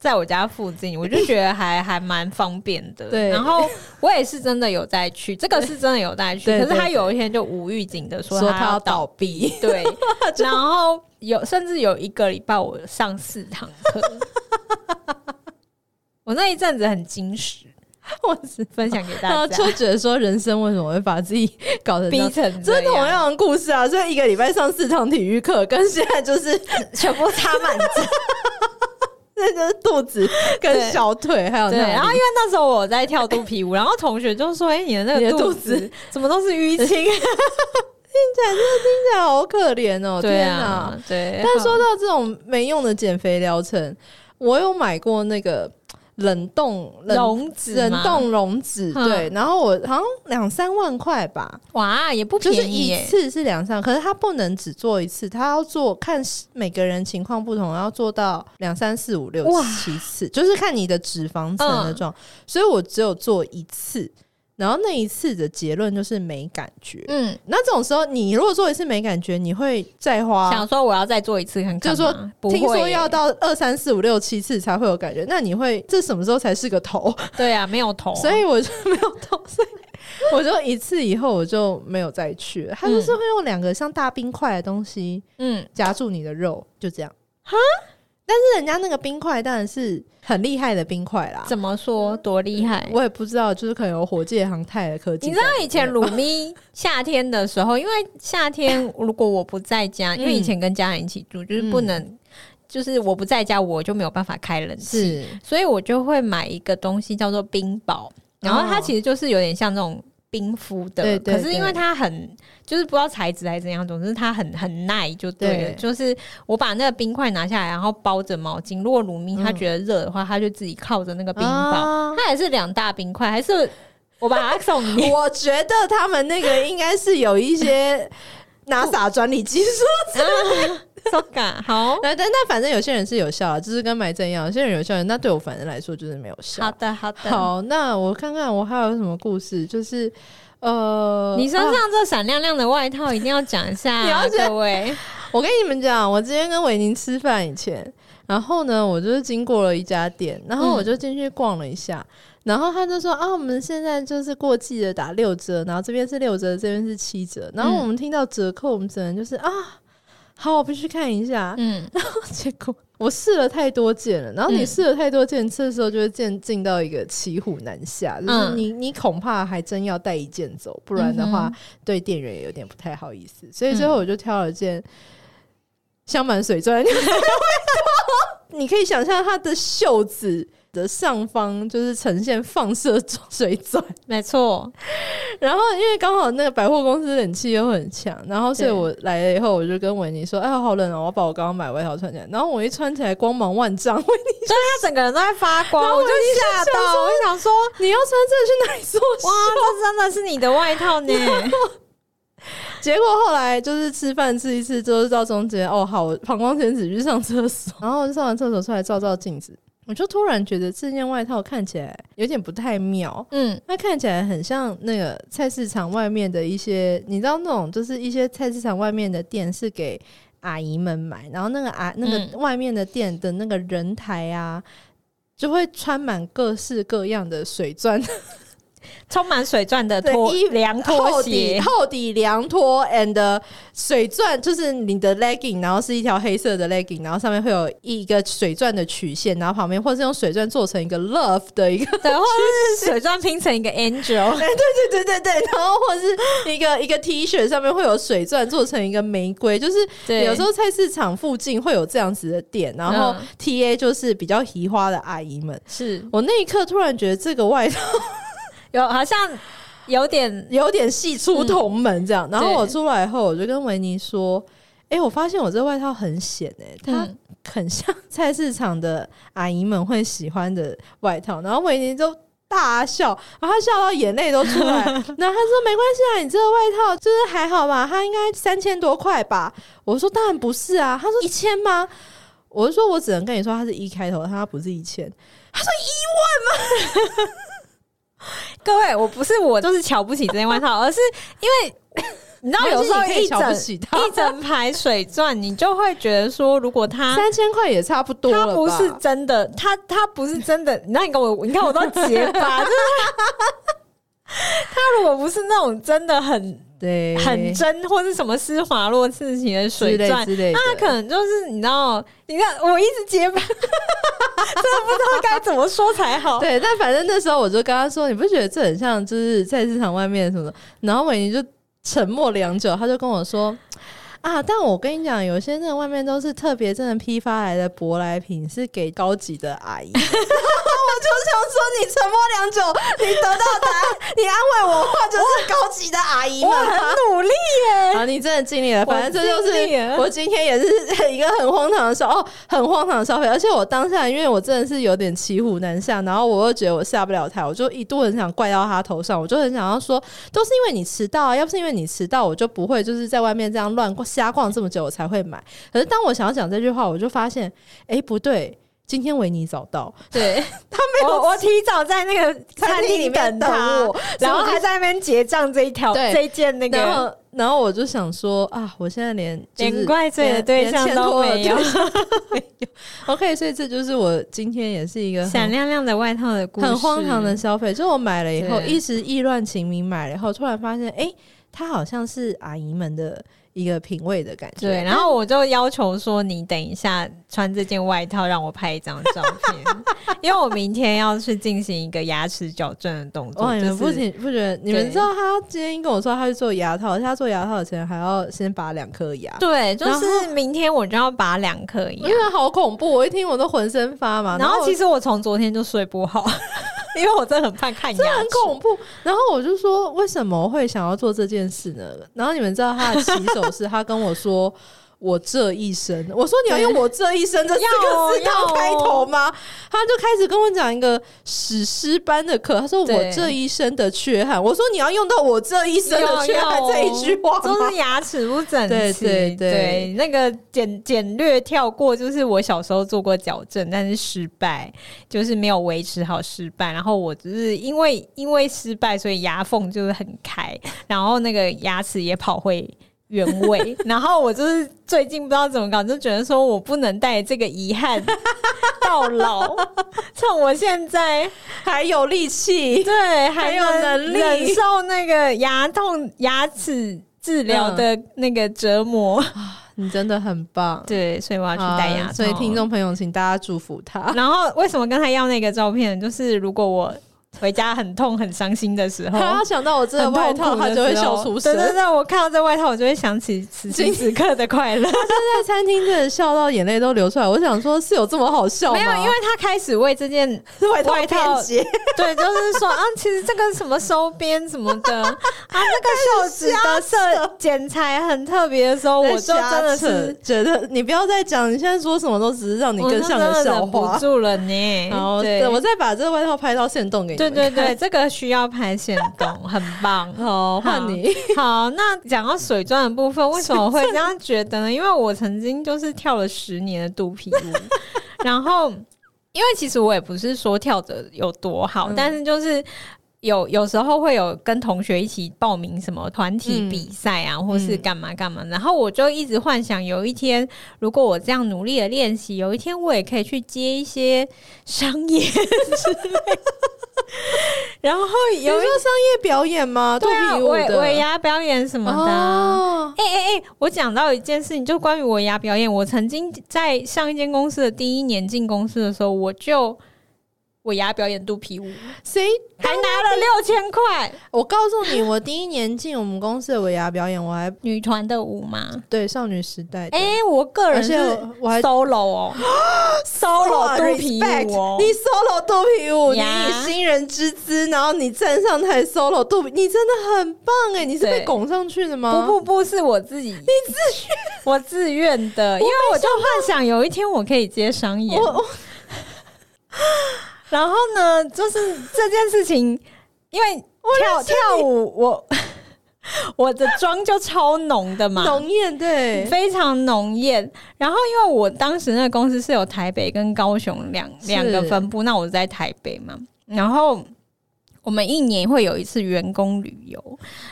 [SPEAKER 2] 在我家附近，我就觉得还 <coughs> 还蛮方便的。
[SPEAKER 1] 对
[SPEAKER 2] 然后我也是真的有在去，这个是真的有在去，
[SPEAKER 1] 对
[SPEAKER 2] 可是他
[SPEAKER 1] 对对
[SPEAKER 2] 有一天就无预警的说
[SPEAKER 1] 说
[SPEAKER 2] 他
[SPEAKER 1] 他要
[SPEAKER 2] 要倒，
[SPEAKER 1] 倒闭，
[SPEAKER 2] 对，
[SPEAKER 1] <laughs>
[SPEAKER 2] 然后有甚至有一个礼拜我上四堂课，我那一阵子很矜持，
[SPEAKER 1] <laughs> 我只
[SPEAKER 2] 分享给
[SPEAKER 1] 然
[SPEAKER 2] 大
[SPEAKER 1] 后
[SPEAKER 2] 家，
[SPEAKER 1] 就觉得说人生为什么会把自己搞成这样
[SPEAKER 2] 逼成
[SPEAKER 1] 这
[SPEAKER 2] 这
[SPEAKER 1] 是同
[SPEAKER 2] 样，
[SPEAKER 1] 样的故事啊，所以一个礼拜上四堂体育课，跟现在就是 <laughs>
[SPEAKER 2] 全部插满
[SPEAKER 1] 那就是肚子跟
[SPEAKER 2] 对
[SPEAKER 1] 小腿还有
[SPEAKER 2] 哦对，
[SPEAKER 1] 那
[SPEAKER 2] 然后因
[SPEAKER 1] 里
[SPEAKER 2] 为那时候我在跳肚皮舞，然后同学就说：“哎、你的那
[SPEAKER 1] 你
[SPEAKER 2] 个
[SPEAKER 1] 的肚
[SPEAKER 2] 子
[SPEAKER 1] 子
[SPEAKER 2] 怎么都是淤青
[SPEAKER 1] 听起来好可怜哦，？”
[SPEAKER 2] 对
[SPEAKER 1] 天
[SPEAKER 2] 啊 <laughs>
[SPEAKER 1] 哪！，
[SPEAKER 2] 对。
[SPEAKER 1] 但说到这种没用的减肥疗程，我有买过那个冷冻冷
[SPEAKER 2] 笼子
[SPEAKER 1] 冷
[SPEAKER 2] 嘛
[SPEAKER 1] 冻溶脂，
[SPEAKER 2] 嗯
[SPEAKER 1] 对，然后我好像两三万块吧，
[SPEAKER 2] 哇，也不
[SPEAKER 1] 就
[SPEAKER 2] 便
[SPEAKER 1] 是
[SPEAKER 2] 宜
[SPEAKER 1] 一
[SPEAKER 2] 耶。
[SPEAKER 1] 次是两三，可是他不能只做一次，他要做看每个人情况不同，要做到两三四五六
[SPEAKER 2] 哇嗯
[SPEAKER 1] 七次，就是看你的脂肪层的状。所以我只有做一次，然后那一次的结论就是没感觉。
[SPEAKER 2] 嗯，
[SPEAKER 1] 那这种时候，你如果做一次没感觉，你会再花
[SPEAKER 2] 想，说我要再做一次看看
[SPEAKER 1] 就
[SPEAKER 2] 嘛，
[SPEAKER 1] 是说
[SPEAKER 2] 不会
[SPEAKER 1] 听说
[SPEAKER 2] 耶
[SPEAKER 1] 要到二三四五六七次才会有感觉。那你会这什么时候才是个头？
[SPEAKER 2] 对啊，没有头啊，
[SPEAKER 1] 所以我就没有动，所以我 <laughs> 就一次以后我就没有再去了。他就是会用两个像大冰块的东西
[SPEAKER 2] 嗯，
[SPEAKER 1] 夹住你的肉，就这样。但是人家那个冰块当然是很厉害的冰块啦，
[SPEAKER 2] 怎么说多厉害？
[SPEAKER 1] 我也不知道，就是可能有火箭航太的科技
[SPEAKER 2] 你
[SPEAKER 1] 在
[SPEAKER 2] 知
[SPEAKER 1] 里
[SPEAKER 2] 道
[SPEAKER 1] 面。
[SPEAKER 2] 以前鲁咪夏天的时候，因为夏天如果我不在家，因为以前跟家人一起住，就是不
[SPEAKER 1] 嗯
[SPEAKER 2] 能，就是我不在家，我就没有办法开冷气。
[SPEAKER 1] 是
[SPEAKER 2] 所以我就会买一个东西叫做冰雹，然后它
[SPEAKER 1] 哦
[SPEAKER 2] 其实就是有点像那种冰敷的，
[SPEAKER 1] 对对
[SPEAKER 2] 可是因为它很就是不知道材质还是怎样，总之它很很耐就对了。
[SPEAKER 1] 对
[SPEAKER 2] 就是我把那个冰块拿下来，然后包着毛巾，如果鲁明他
[SPEAKER 1] 嗯
[SPEAKER 2] 觉得热的话，他就自己靠着那个冰雹，
[SPEAKER 1] 啊
[SPEAKER 2] 它也是两大冰块，还是我把它送
[SPEAKER 1] <laughs>
[SPEAKER 2] 你。
[SPEAKER 1] 我觉得他们那个应该是有
[SPEAKER 2] <laughs>
[SPEAKER 1] 一些 NASA 专利技术，
[SPEAKER 2] 手感
[SPEAKER 1] <laughs>
[SPEAKER 2] 好
[SPEAKER 1] 但但反正有些人是有效的，啊就是跟埋针一样，有些人有效，那对我反正来说就是没有
[SPEAKER 2] <laughs>
[SPEAKER 1] 效。
[SPEAKER 2] 好的好的，
[SPEAKER 1] <laughs> 好，那我看看我还有什么故事，就是呃，
[SPEAKER 2] 你身上
[SPEAKER 1] 啊
[SPEAKER 2] 这闪亮亮的外套一定要讲一下
[SPEAKER 1] 你要
[SPEAKER 2] 啊，
[SPEAKER 1] 觉得
[SPEAKER 2] 各位，
[SPEAKER 1] 我跟你们讲，我今天跟伟宁吃饭以前，然后呢，我就是经过了一家店，然后我
[SPEAKER 2] 嗯
[SPEAKER 1] 就进去逛了一下。然后他就说啊，我们现在就是过季了，打六折，然后这边是六折，这边是七折。然
[SPEAKER 2] 嗯
[SPEAKER 1] 后我们听到折扣，我们只能就是啊，好，我必须看一下。
[SPEAKER 2] 嗯，
[SPEAKER 1] 结果我试了太多件了，然后你
[SPEAKER 2] 嗯
[SPEAKER 1] 试了太多件，这时候就会进进到一个骑虎难下，就是
[SPEAKER 2] 嗯
[SPEAKER 1] 你你恐怕还真要带一件走，不然的话、
[SPEAKER 2] 嗯
[SPEAKER 1] 对店员也有点不太好意思，所以最后我就挑了件镶满水钻， <laughs> 你可以想象它的袖子。的上方就是呈现放射状水钻，
[SPEAKER 2] 没错，
[SPEAKER 1] 然后因为刚好那个百货公司冷气又很强，然后所以
[SPEAKER 2] 对
[SPEAKER 1] 我来了以后，我就跟维尼说：“哎，好冷哦，我要把我刚刚买的外套穿起来。”然后我一穿起来，光芒万丈。 <laughs> 维尼，
[SPEAKER 2] 所以他整个人都在发光，
[SPEAKER 1] 然后
[SPEAKER 2] 我就
[SPEAKER 1] 我就
[SPEAKER 2] 吓
[SPEAKER 1] 想
[SPEAKER 2] 到，
[SPEAKER 1] 说
[SPEAKER 2] 我就想说，
[SPEAKER 1] 你要穿这个去哪里做秀
[SPEAKER 2] 哇，这真的是你的外套呢？
[SPEAKER 1] <laughs> 嗯结果后来就是吃饭吃一次，就是到中间哦，好，我膀胱前只去上厕所， <laughs> 然后上完厕所出来照照镜子，我就突然觉得这件外套看起来有点不太妙。
[SPEAKER 2] 嗯，
[SPEAKER 1] 它看起来很像那个菜市场外面的一些，你知道那种就是一些菜市场外面的店是给阿姨们买，然后那个阿那个
[SPEAKER 2] 嗯
[SPEAKER 1] 外面的店的那个人台啊，就会穿满各式各样的水钻
[SPEAKER 2] 充满水钻的
[SPEAKER 1] 对
[SPEAKER 2] 拖
[SPEAKER 1] 衣
[SPEAKER 2] 凉
[SPEAKER 1] 厚
[SPEAKER 2] 拖
[SPEAKER 1] 底
[SPEAKER 2] 鞋， <laughs>
[SPEAKER 1] 厚底凉拖 and 水钻，就是你的 legging，然后是一条黑色的 legging，然后上面会有一个水钻的曲线，然后旁边或是用水钻做成一个 love 的一个，
[SPEAKER 2] 对，或者是水钻拼成一个 angel，
[SPEAKER 1] 对对对对对，然后或是一个一个 T 恤上面会有水钻做成一个玫瑰，就是
[SPEAKER 2] 对，
[SPEAKER 1] 有时候菜市场附近会有这样子的店，然后
[SPEAKER 2] 嗯
[SPEAKER 1] TA 就是比较移花的阿姨们。
[SPEAKER 2] 是
[SPEAKER 1] 我那一刻突然觉得这个外套
[SPEAKER 2] 有好像有点
[SPEAKER 1] 有点系出同门这样，然
[SPEAKER 2] 嗯
[SPEAKER 1] 后
[SPEAKER 2] 对
[SPEAKER 1] 我出来后我就跟维尼说：“哎、我发现我这外套很显哎、它
[SPEAKER 2] 嗯
[SPEAKER 1] 很像菜市场的阿姨们会喜欢的外套。”然后维尼就大笑，然后他笑到眼泪都出
[SPEAKER 2] <laughs>
[SPEAKER 1] 来。然后他说：“没关系啊，你这个外套就是还好吧，它应该三千多块吧？”我说：“当然不是啊。”他说：“一千吗？”我就说：“我只能跟你说，它是一开头，它不是一千。”
[SPEAKER 2] 各位，我不是我就是瞧不起这件外套，而是因
[SPEAKER 1] <laughs>
[SPEAKER 2] 为你知道有时候
[SPEAKER 1] 没关系你可以
[SPEAKER 2] 一
[SPEAKER 1] 瞧不
[SPEAKER 2] 整
[SPEAKER 1] 起 <laughs> 它
[SPEAKER 2] 一整排水钻，你就会觉得说，如果它
[SPEAKER 1] 三千块也差不多
[SPEAKER 2] 它
[SPEAKER 1] 了吧？
[SPEAKER 2] 不是真的，它它不是真的，那你看我，你看我都结巴， <laughs> 就是它它如果不是那种真的很
[SPEAKER 1] 对，
[SPEAKER 2] 很真或是什么施华洛刺青的水
[SPEAKER 1] 之类
[SPEAKER 2] 钻。
[SPEAKER 1] 之类的，
[SPEAKER 2] 那可能就是你知道，你看我一直结巴， <laughs> 真的不知道该怎么说才好。
[SPEAKER 1] 对，但反正那时候我就跟他说，你不觉得这很像就是菜市场外面什么的？然后伟宁就沉默良久，他就跟我说。啊！但我跟你讲，有些那个外面都是特别真的批发来的舶来品，是给高级的 <laughs> 阿姨。然后我就想说，你沉默良久，你得到答案，你安慰我的话就是高级的阿姨啊
[SPEAKER 2] 我
[SPEAKER 1] 嘛。
[SPEAKER 2] 很努力耶，
[SPEAKER 1] 啊，你真的尽力了，反正这就
[SPEAKER 2] 我尽力
[SPEAKER 1] 是
[SPEAKER 2] 了
[SPEAKER 1] 我今天也是 <laughs> 一个很荒唐的消哦，很荒唐的消费，而且我当下因为我真的是有点骑虎难下，然后我又觉得我下不了台，我就一度很想怪到他头上，我就很想要说，都是因为你迟到啊，要不是因为你迟到，我就不会就是在外面这样乱逛瞎逛这么久，我才会买。可是当我想要讲这句话，我就发现，哎、不对，今天维尼早到， <laughs>
[SPEAKER 2] 对他没有，我我提早在那个
[SPEAKER 1] 餐
[SPEAKER 2] 餐
[SPEAKER 1] 厅里
[SPEAKER 2] 厅
[SPEAKER 1] 面
[SPEAKER 2] 等
[SPEAKER 1] 等
[SPEAKER 2] 他
[SPEAKER 1] 我，
[SPEAKER 2] 然后
[SPEAKER 1] 所以我就
[SPEAKER 2] 还在那边结账这一条
[SPEAKER 1] 对
[SPEAKER 2] 这一件那
[SPEAKER 1] 然
[SPEAKER 2] 个
[SPEAKER 1] 后然后我就想说啊，我现在连就是
[SPEAKER 2] 连怪罪的
[SPEAKER 1] 连
[SPEAKER 2] 对
[SPEAKER 1] 连
[SPEAKER 2] 象
[SPEAKER 1] 欠
[SPEAKER 2] 都
[SPEAKER 1] 拖的
[SPEAKER 2] 没有
[SPEAKER 1] 对象都没有 <laughs> OK，所以这就是我今天也是一个
[SPEAKER 2] 闪
[SPEAKER 1] 很
[SPEAKER 2] 亮亮的外套的 <laughs> 故事，
[SPEAKER 1] 很荒唐的消费，就是我买了以后
[SPEAKER 2] 对
[SPEAKER 1] 一时意乱情迷，买了以后突然发现，哎、它好像是阿姨们的一个品味的感觉。
[SPEAKER 2] 对，然后我就要求说，你等一下穿这件外套让我拍一张照
[SPEAKER 1] <laughs>
[SPEAKER 2] 片，因为我明天要去进行一个牙齿矫正的动作
[SPEAKER 1] 哇！。你
[SPEAKER 2] 就
[SPEAKER 1] 们不
[SPEAKER 2] 是
[SPEAKER 1] 仅不觉得？你们
[SPEAKER 2] 对
[SPEAKER 1] 知道他今天跟我说他去做牙套，而且他做牙套前还要先拔两颗牙，
[SPEAKER 2] 对，就
[SPEAKER 1] 然嗯
[SPEAKER 2] 是明天我就要拔两颗
[SPEAKER 1] 因
[SPEAKER 2] 牙
[SPEAKER 1] 为。好恐怖！我一听我都浑身发麻。
[SPEAKER 2] 然后
[SPEAKER 1] 我
[SPEAKER 2] 其实我从昨天就睡不好， <laughs> 因为我真的很怕看牙齿，
[SPEAKER 1] <laughs> 很恐怖。然后我就说，为什么会想要做这件事呢？然后你们知道他的起手是他跟我说。我这一生，我说你要用我这一生这四
[SPEAKER 2] 要
[SPEAKER 1] 个
[SPEAKER 2] 哦
[SPEAKER 1] 字当开头吗？他就开始跟我讲一个史诗般的课，他说
[SPEAKER 2] 对
[SPEAKER 1] 我这一生的缺憾，我说你要用到我这一生的缺憾
[SPEAKER 2] 有有
[SPEAKER 1] 这一句话
[SPEAKER 2] 哦就
[SPEAKER 1] 吗
[SPEAKER 2] 是？牙齿不整齐。
[SPEAKER 1] 对对对
[SPEAKER 2] 那个简简略跳过，就是我小时候做过矫正，但是失败，就是没有维持好失败。然后我只是因为因为失败，所以牙缝就是很开，然后那个牙齿也跑回。原
[SPEAKER 1] <laughs>
[SPEAKER 2] 位，然后我就是最近不知道怎么搞，就觉得说我不能带这个遗憾到
[SPEAKER 1] <laughs>
[SPEAKER 2] 老，趁我现在
[SPEAKER 1] 还有力气，
[SPEAKER 2] 对，
[SPEAKER 1] 还有
[SPEAKER 2] 能
[SPEAKER 1] 能力
[SPEAKER 2] 忍受那个牙痛、牙齿治疗的那个折磨。
[SPEAKER 1] 你真的很棒。
[SPEAKER 2] 对，所以我要去戴牙
[SPEAKER 1] 好
[SPEAKER 2] 套。
[SPEAKER 1] 啊所以听，众朋友，请大家祝福他。
[SPEAKER 2] <laughs> 然后为什么刚才要那个照片？就是如果我回家很痛、很伤心的时候。
[SPEAKER 1] <laughs> 他想到我这个
[SPEAKER 2] 很
[SPEAKER 1] 外
[SPEAKER 2] 痛
[SPEAKER 1] 套，
[SPEAKER 2] 苦
[SPEAKER 1] 他
[SPEAKER 2] 的时
[SPEAKER 1] 就
[SPEAKER 2] 候
[SPEAKER 1] 会笑出声。
[SPEAKER 2] 对对对，我看到这外套，我就会想起此时此刻的快乐。
[SPEAKER 1] 在餐厅真的笑到眼泪都流出来。我想说，是有这么 <laughs> 好笑吗？
[SPEAKER 2] 没有，因为他开始为这
[SPEAKER 1] <laughs>
[SPEAKER 2] 件
[SPEAKER 1] 是外
[SPEAKER 2] 外套
[SPEAKER 1] 便捷，
[SPEAKER 2] 对，就是说啊，其实这个什么收边什么
[SPEAKER 1] <laughs>
[SPEAKER 2] 的啊，那个袖子的色剪裁很特别的时候，我就真的是
[SPEAKER 1] 觉得你不要再讲，你现在说什么都只是让你
[SPEAKER 2] 我
[SPEAKER 1] 更
[SPEAKER 2] 就
[SPEAKER 1] 像
[SPEAKER 2] 真
[SPEAKER 1] 个
[SPEAKER 2] 的
[SPEAKER 1] 笑
[SPEAKER 2] 忍不
[SPEAKER 1] 话。
[SPEAKER 2] 住了呢。
[SPEAKER 1] 然后，
[SPEAKER 2] 对
[SPEAKER 1] 对我再把这个外套拍到线动给你
[SPEAKER 2] 对
[SPEAKER 1] 们
[SPEAKER 2] 对
[SPEAKER 1] 看。
[SPEAKER 2] 对，这个需要拍线动，很棒。哦
[SPEAKER 1] <laughs> 好，换你。
[SPEAKER 2] <laughs> 好，那讲到水钻的部分，为什么会这样觉得呢？因为我曾经就是跳了十年的肚皮 <laughs> 舞，然后因为其实我也不是说跳的有多好，
[SPEAKER 1] 嗯
[SPEAKER 2] 但是就是。有有时候会有跟同学一起报名什么团体
[SPEAKER 1] 嗯
[SPEAKER 2] 比赛啊，或是干嘛干嘛，然后我就一直幻想有一天，如果我这样努力的练习，有一 <laughs> 天我也可以去接一些商业之类的然后
[SPEAKER 1] 比如
[SPEAKER 2] 有一
[SPEAKER 1] 说商业表演吗？肚
[SPEAKER 2] 对啊，
[SPEAKER 1] 皮舞
[SPEAKER 2] 尾
[SPEAKER 1] 的
[SPEAKER 2] 尾牙表演什么的啊。
[SPEAKER 1] 哦，
[SPEAKER 2] 哎哎哎！我讲到一件事情，就关于我牙表演。我曾经在上一间公司的第一年进公司的时候，我就我牙表演肚皮舞，
[SPEAKER 1] 谁？
[SPEAKER 2] 还拿了六千块。
[SPEAKER 1] 我告诉你，我第一年进我们公司的尾牙表演，我还
[SPEAKER 2] 女团的舞嘛，
[SPEAKER 1] 对少女时代的，
[SPEAKER 2] 哎、我个人
[SPEAKER 1] 而且
[SPEAKER 2] 是
[SPEAKER 1] 我还
[SPEAKER 2] solo
[SPEAKER 1] <gasps>
[SPEAKER 2] 哦，solo 肚皮舞哦
[SPEAKER 1] Respect，你 solo 肚皮舞，你
[SPEAKER 2] 呀
[SPEAKER 1] 以新人之姿，然后你站上台 solo 肚皮，你真的很棒哎！你是被
[SPEAKER 2] 对
[SPEAKER 1] 拱上去的吗？
[SPEAKER 2] 不不不是我自己，你自愿，我自愿的，因为我就幻想有一天我可以接商演
[SPEAKER 1] 我，我
[SPEAKER 2] 然后呢，就是这件事情，因为跳跳舞，我 <laughs> 我的妆就超浓的
[SPEAKER 1] <laughs>
[SPEAKER 2] 嘛，
[SPEAKER 1] 浓艳对，
[SPEAKER 2] 非常浓艳。然后因为我当时那个公司是有台北跟高雄两
[SPEAKER 1] 是
[SPEAKER 2] 两个分部，那我在台北嘛，然后。我们一年会有一次员工旅游，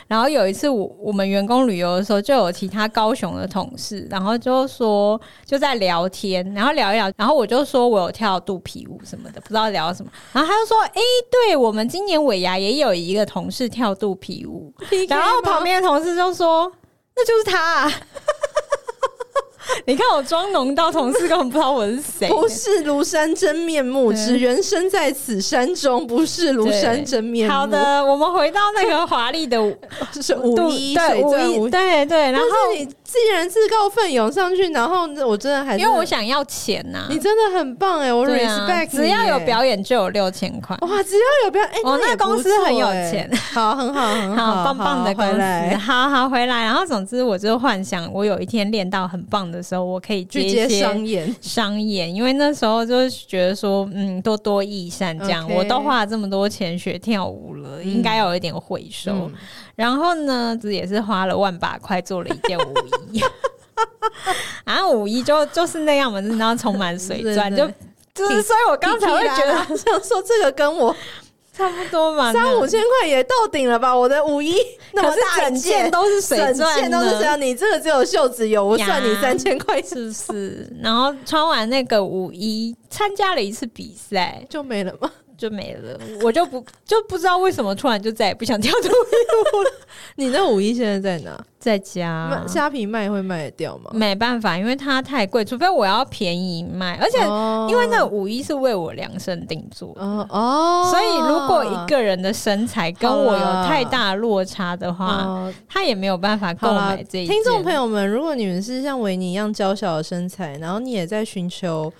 [SPEAKER 2] 然后有一次我我们员工旅游的时候，就有其他高雄的同事，然后就说就在聊天，然后聊一聊，然后我就说我有跳肚皮舞什么的，不知道聊什么，然后他就说，诶，对我们今年尾牙也有一个同事跳肚皮舞， <laughs> 然后旁边的同事就说：“那就是他、啊。” <laughs> 你看我妆浓到同事根本不知道我是谁。
[SPEAKER 1] 不是庐山真面目，
[SPEAKER 2] 对
[SPEAKER 1] 只缘身在此山中，不是庐山真面目。
[SPEAKER 2] 好，的，我们回到那个华丽的舞
[SPEAKER 1] 是 <laughs> 五一
[SPEAKER 2] 对
[SPEAKER 1] 水
[SPEAKER 2] 舞
[SPEAKER 1] 钻五
[SPEAKER 2] 衣，
[SPEAKER 1] 一。
[SPEAKER 2] 对对。然
[SPEAKER 1] 然
[SPEAKER 2] 后
[SPEAKER 1] 后你既然自告奋勇上去，然后我真的还是
[SPEAKER 2] 因为我想要钱呐、
[SPEAKER 1] 你真的很棒哎、我
[SPEAKER 2] 对啊
[SPEAKER 1] respect 你耶
[SPEAKER 2] 只要有表演就有六千块。
[SPEAKER 1] 哇，只要有表哎，
[SPEAKER 2] 哦
[SPEAKER 1] 那也
[SPEAKER 2] 那公司
[SPEAKER 1] 不错
[SPEAKER 2] 很有
[SPEAKER 1] 哎
[SPEAKER 2] 钱，
[SPEAKER 1] 好，很好，很
[SPEAKER 2] 好棒棒的公
[SPEAKER 1] 好回
[SPEAKER 2] 司，啊
[SPEAKER 1] 来
[SPEAKER 2] 好好回来。然后总之，我就幻想我有一天练到很棒的时候，我可以接
[SPEAKER 1] 去
[SPEAKER 2] 一
[SPEAKER 1] 接
[SPEAKER 2] 些
[SPEAKER 1] 商演，
[SPEAKER 2] 商演，因为那时候就是觉得说，嗯，多多益善这样。
[SPEAKER 1] OK
[SPEAKER 2] 我都花了这么多钱学跳舞了，
[SPEAKER 1] 嗯
[SPEAKER 2] 应该有一点回收。
[SPEAKER 1] 嗯
[SPEAKER 2] 然后呢，这也是花了万把块做了一件舞衣。
[SPEAKER 1] <laughs>
[SPEAKER 2] 啊，舞衣就就是那样嘛，真的要充满水钻，
[SPEAKER 1] 真
[SPEAKER 2] 就
[SPEAKER 1] 的
[SPEAKER 2] 就是，所以我刚才会 <laughs> 觉得
[SPEAKER 1] 得想说这个跟我
[SPEAKER 2] 差不多嘛，
[SPEAKER 1] 三五千块也到顶了吧？我的五一那
[SPEAKER 2] 可
[SPEAKER 1] 么
[SPEAKER 2] 是
[SPEAKER 1] 大
[SPEAKER 2] 整
[SPEAKER 1] 一
[SPEAKER 2] 件都是水啊
[SPEAKER 1] 整
[SPEAKER 2] 钻
[SPEAKER 1] 件都是
[SPEAKER 2] 呢
[SPEAKER 1] 这样，你这个只有袖子有，我
[SPEAKER 2] 呀
[SPEAKER 1] 算你三千块
[SPEAKER 2] 是不是？然后穿完那个舞衣，参加了一次比赛，
[SPEAKER 1] 就没了吗？
[SPEAKER 2] 就没了，我就不就不知道为什么突然就再也不想跳肚皮舞了。
[SPEAKER 1] 你那五一现在在 <laughs> 哪？
[SPEAKER 2] <laughs> 在嗯家
[SPEAKER 1] 卖虾皮卖会卖得掉吗？
[SPEAKER 2] 没办法，因为它太贵，除非我要便宜卖，而且
[SPEAKER 1] 哦
[SPEAKER 2] 因为那五一是为我量身定做的。
[SPEAKER 1] 哦哦，
[SPEAKER 2] 所以，如果一个人的身材跟我
[SPEAKER 1] 好
[SPEAKER 2] 有
[SPEAKER 1] 啦
[SPEAKER 2] 太大落差的话，
[SPEAKER 1] 哦
[SPEAKER 2] 他也没有办法购
[SPEAKER 1] 好啦
[SPEAKER 2] 买这一件。
[SPEAKER 1] 听众朋友们，如果你们是像维尼一样娇小的身材，然后你也在寻求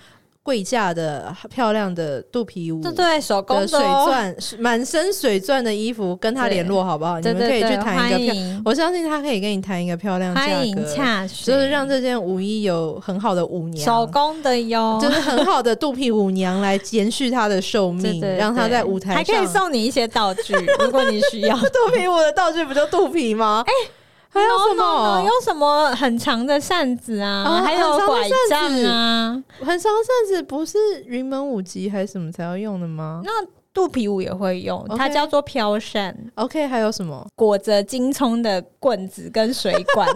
[SPEAKER 1] 贵价的漂亮的肚皮舞。
[SPEAKER 2] 对对，手工
[SPEAKER 1] 的
[SPEAKER 2] 的
[SPEAKER 1] 水
[SPEAKER 2] 哦， <laughs>
[SPEAKER 1] 钻，满身水钻的衣服，跟他
[SPEAKER 2] 对
[SPEAKER 1] 联络好不好？你
[SPEAKER 2] 对
[SPEAKER 1] 们可
[SPEAKER 2] 对
[SPEAKER 1] 以去
[SPEAKER 2] 对，
[SPEAKER 1] 谈一
[SPEAKER 2] 欢
[SPEAKER 1] 个漂，
[SPEAKER 2] 迎
[SPEAKER 1] 我相信他可以跟你谈一个漂亮价
[SPEAKER 2] 欢迎
[SPEAKER 1] 格，
[SPEAKER 2] 洽询，
[SPEAKER 1] 就是让这件舞衣有很好的舞娘，
[SPEAKER 2] 手工的哟，
[SPEAKER 1] 就是很好的肚皮舞娘来延续她的寿
[SPEAKER 2] <laughs> 对
[SPEAKER 1] 命
[SPEAKER 2] 对，对
[SPEAKER 1] 让她在舞台
[SPEAKER 2] 还可
[SPEAKER 1] 上
[SPEAKER 2] 以送你一些道具，如果你需要。
[SPEAKER 1] <laughs> 肚皮舞的道具不就肚
[SPEAKER 2] <laughs>
[SPEAKER 1] 皮吗？哎、还有
[SPEAKER 2] No,
[SPEAKER 1] 什
[SPEAKER 2] no,
[SPEAKER 1] 么
[SPEAKER 2] no，？有什么很长的扇子啊，
[SPEAKER 1] 啊
[SPEAKER 2] 还有拐杖
[SPEAKER 1] 很长的
[SPEAKER 2] 啊，
[SPEAKER 1] 很长扇子不是云门舞集还是什么才要用的吗
[SPEAKER 2] 那肚皮舞也会用
[SPEAKER 1] OK
[SPEAKER 2] 它叫做飘扇，
[SPEAKER 1] ？OK，还有什么？
[SPEAKER 2] 裹着金葱的棍子跟水 <laughs> 管。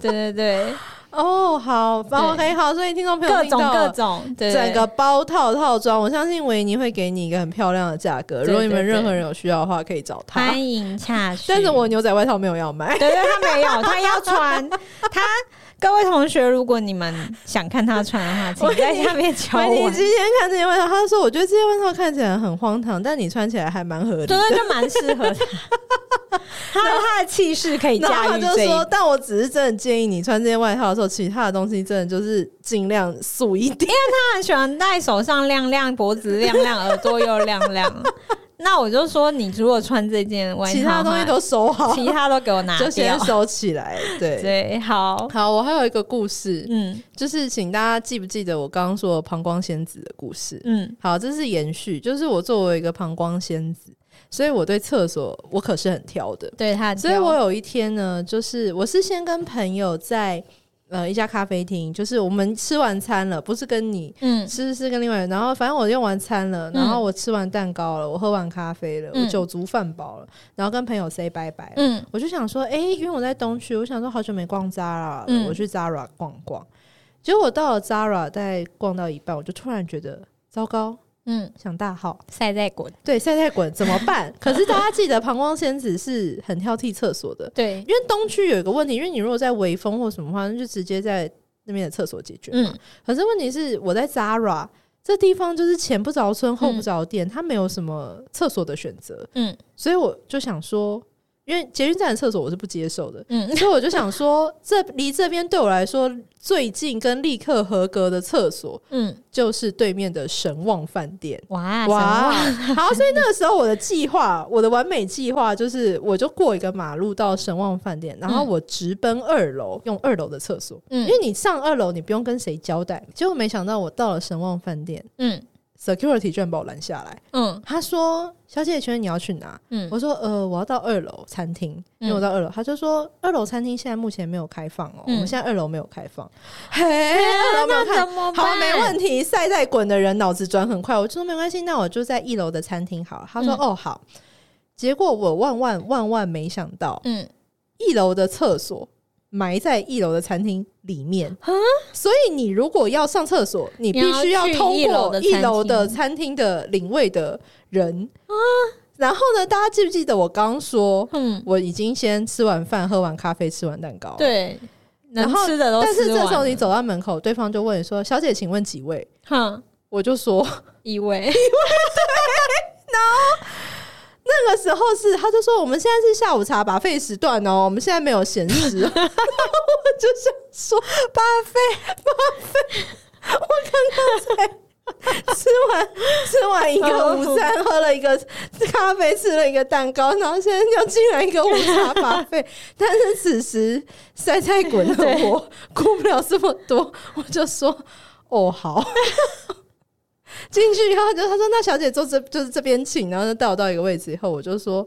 [SPEAKER 2] 对对对，
[SPEAKER 1] 哦，好，OK，好，所以听众朋友
[SPEAKER 2] 各种
[SPEAKER 1] 听到
[SPEAKER 2] 各
[SPEAKER 1] 了
[SPEAKER 2] 种，对
[SPEAKER 1] 整个包套套装，我相信维尼会给你一个很漂亮的价格。
[SPEAKER 2] 对
[SPEAKER 1] 如果你们
[SPEAKER 2] 对对
[SPEAKER 1] 任何人有需要的话，可以找他。
[SPEAKER 2] 欢迎洽询。
[SPEAKER 1] 但是我牛仔外套没有要买，
[SPEAKER 2] 对对，他没有，他要 <laughs> 穿他。各位同学，如果你们想看他穿的话，请在下面敲
[SPEAKER 1] 维
[SPEAKER 2] 我
[SPEAKER 1] 尼。之前看这件外套，他说我觉得这件外套看起来很荒唐，但你穿起来还蛮合理
[SPEAKER 2] 对
[SPEAKER 1] 的。
[SPEAKER 2] 对，就蛮适合他， <laughs> 他他的气势可以
[SPEAKER 1] 然后
[SPEAKER 2] 驾
[SPEAKER 1] 他
[SPEAKER 2] 驭
[SPEAKER 1] 就
[SPEAKER 2] 这一
[SPEAKER 1] 说，但我只是真的建议你穿这件外套的时候，其他的东西真的就是尽量素一
[SPEAKER 2] <laughs>
[SPEAKER 1] 点。
[SPEAKER 2] 他很喜欢戴手上亮亮，脖子亮亮，耳朵又亮亮。那我就说，你如果穿这件外套，
[SPEAKER 1] 其他东西都收好，
[SPEAKER 2] 其他都给我拿
[SPEAKER 1] 就先
[SPEAKER 2] 掉。
[SPEAKER 1] 收起 <laughs> 来。啊对，
[SPEAKER 2] 对，好，
[SPEAKER 1] 好，我还有一个故事，
[SPEAKER 2] 嗯
[SPEAKER 1] 就是请大家记不记得我刚刚说的膀胱仙子的故事？
[SPEAKER 2] 嗯，
[SPEAKER 1] 好，这是延续，就是我作为一个膀胱仙子，所以我对厕所我可是很挑的。
[SPEAKER 2] 对他，
[SPEAKER 1] 所以我有一天呢，就是我是先跟朋友在呃一家咖啡厅，就是我们吃完餐了，不是跟你
[SPEAKER 2] 嗯
[SPEAKER 1] 是是跟另外人，然后反正我用完餐了，
[SPEAKER 2] 嗯
[SPEAKER 1] 然后我吃完蛋糕了，我喝完咖啡了，
[SPEAKER 2] 嗯
[SPEAKER 1] 我酒足饭饱了，然后跟朋友 say 拜拜了。
[SPEAKER 2] 嗯
[SPEAKER 1] 我就想说，哎、因为我在东区，我想说好久没逛 Zara 了，
[SPEAKER 2] 嗯
[SPEAKER 1] 我去 Zara 逛逛。结果我到了 Zara，大概逛到一半，我就突然觉得糟糕，
[SPEAKER 2] 嗯，
[SPEAKER 1] 想大号，
[SPEAKER 2] 晒再滚，
[SPEAKER 1] 对，晒晒滚怎么
[SPEAKER 2] <laughs>
[SPEAKER 1] 办？可是大家记得，膀胱仙子是很挑剔厕所的，
[SPEAKER 2] 对
[SPEAKER 1] 因，为东区有一个问题，因为你如果在微风或什么的话，那就直接在那边的厕所解决。
[SPEAKER 2] 嗯，
[SPEAKER 1] 可是问题是，我在 Zara 这地方就是前不着村后不着店，它没有什么厕所的选择，
[SPEAKER 2] 嗯
[SPEAKER 1] 所以我就想说，因为捷运站的厕所我是不接受的，
[SPEAKER 2] 嗯，
[SPEAKER 1] 所以我就想说，这离这边对我来说最近跟立刻合格的厕所
[SPEAKER 2] 嗯，
[SPEAKER 1] 就是对面的神旺饭店。
[SPEAKER 2] 哇
[SPEAKER 1] 哇
[SPEAKER 2] 哇，，
[SPEAKER 1] 好，所以那个时候我的计划，我的完美计划就是，我就过一个马路到神旺饭店，然后我直奔二楼，用二楼的厕所，因
[SPEAKER 2] 嗯
[SPEAKER 1] 为你上二楼你不用跟谁交代。结果没想到我到了神旺饭店
[SPEAKER 2] 嗯
[SPEAKER 1] ，security 居然把我拦下来，
[SPEAKER 2] 嗯
[SPEAKER 1] 他说：“小姐，请问你要去哪？”
[SPEAKER 2] 嗯
[SPEAKER 1] 我说：“呃，我要到二楼餐厅，因为我到二楼。”他就说：“二楼餐厅现在目前没有开放哦，
[SPEAKER 2] 嗯
[SPEAKER 1] 我们现在二楼没有开放。”嘿，二楼没有开
[SPEAKER 2] 那怎么
[SPEAKER 1] 好，
[SPEAKER 2] 办？
[SPEAKER 1] 没问题。赛在滚的人脑子转很快，我就说没关系，那我就在一楼的餐厅好了。他说、
[SPEAKER 2] 嗯
[SPEAKER 1] 哦好。结果我万万万万没想到，
[SPEAKER 2] 嗯，
[SPEAKER 1] 一楼的厕所埋在一楼的餐厅里面
[SPEAKER 2] 啊。
[SPEAKER 1] 所以你如果要上厕所，你必须要通
[SPEAKER 2] 你要
[SPEAKER 1] 过
[SPEAKER 2] 去
[SPEAKER 1] 一
[SPEAKER 2] 一楼
[SPEAKER 1] 楼的
[SPEAKER 2] 的餐厅
[SPEAKER 1] 餐厅的领位的人啊。然后呢，大家记不记得我刚说，
[SPEAKER 2] 嗯，
[SPEAKER 1] 我已经先吃完饭、喝完咖啡、吃完蛋糕，
[SPEAKER 2] 对，
[SPEAKER 1] 然
[SPEAKER 2] 能
[SPEAKER 1] 后
[SPEAKER 2] 吃的都
[SPEAKER 1] 但是
[SPEAKER 2] 吃
[SPEAKER 1] 这
[SPEAKER 2] 完
[SPEAKER 1] 时候你
[SPEAKER 2] 了，
[SPEAKER 1] 走到门口，对方就问你说：“小姐，请问几位？”
[SPEAKER 2] 哼，
[SPEAKER 1] 我就说
[SPEAKER 2] 以为
[SPEAKER 1] 那个时候是，他就说我们现在是下午茶把费时段哦，我们现在没有闲时。然后我就想说把费把费，我刚刚才吃完吃完一个午餐，喝了一个咖啡，吃了一个蛋糕，然后现在又进来一个午茶把费。 <laughs> 但是此时塞菜滚的
[SPEAKER 2] 对
[SPEAKER 1] 我顾不了这么多，我就说哦好。进去以后，他就他说：“那小姐坐这就是这边请。”然后就带我到一个位置以后，我就说：“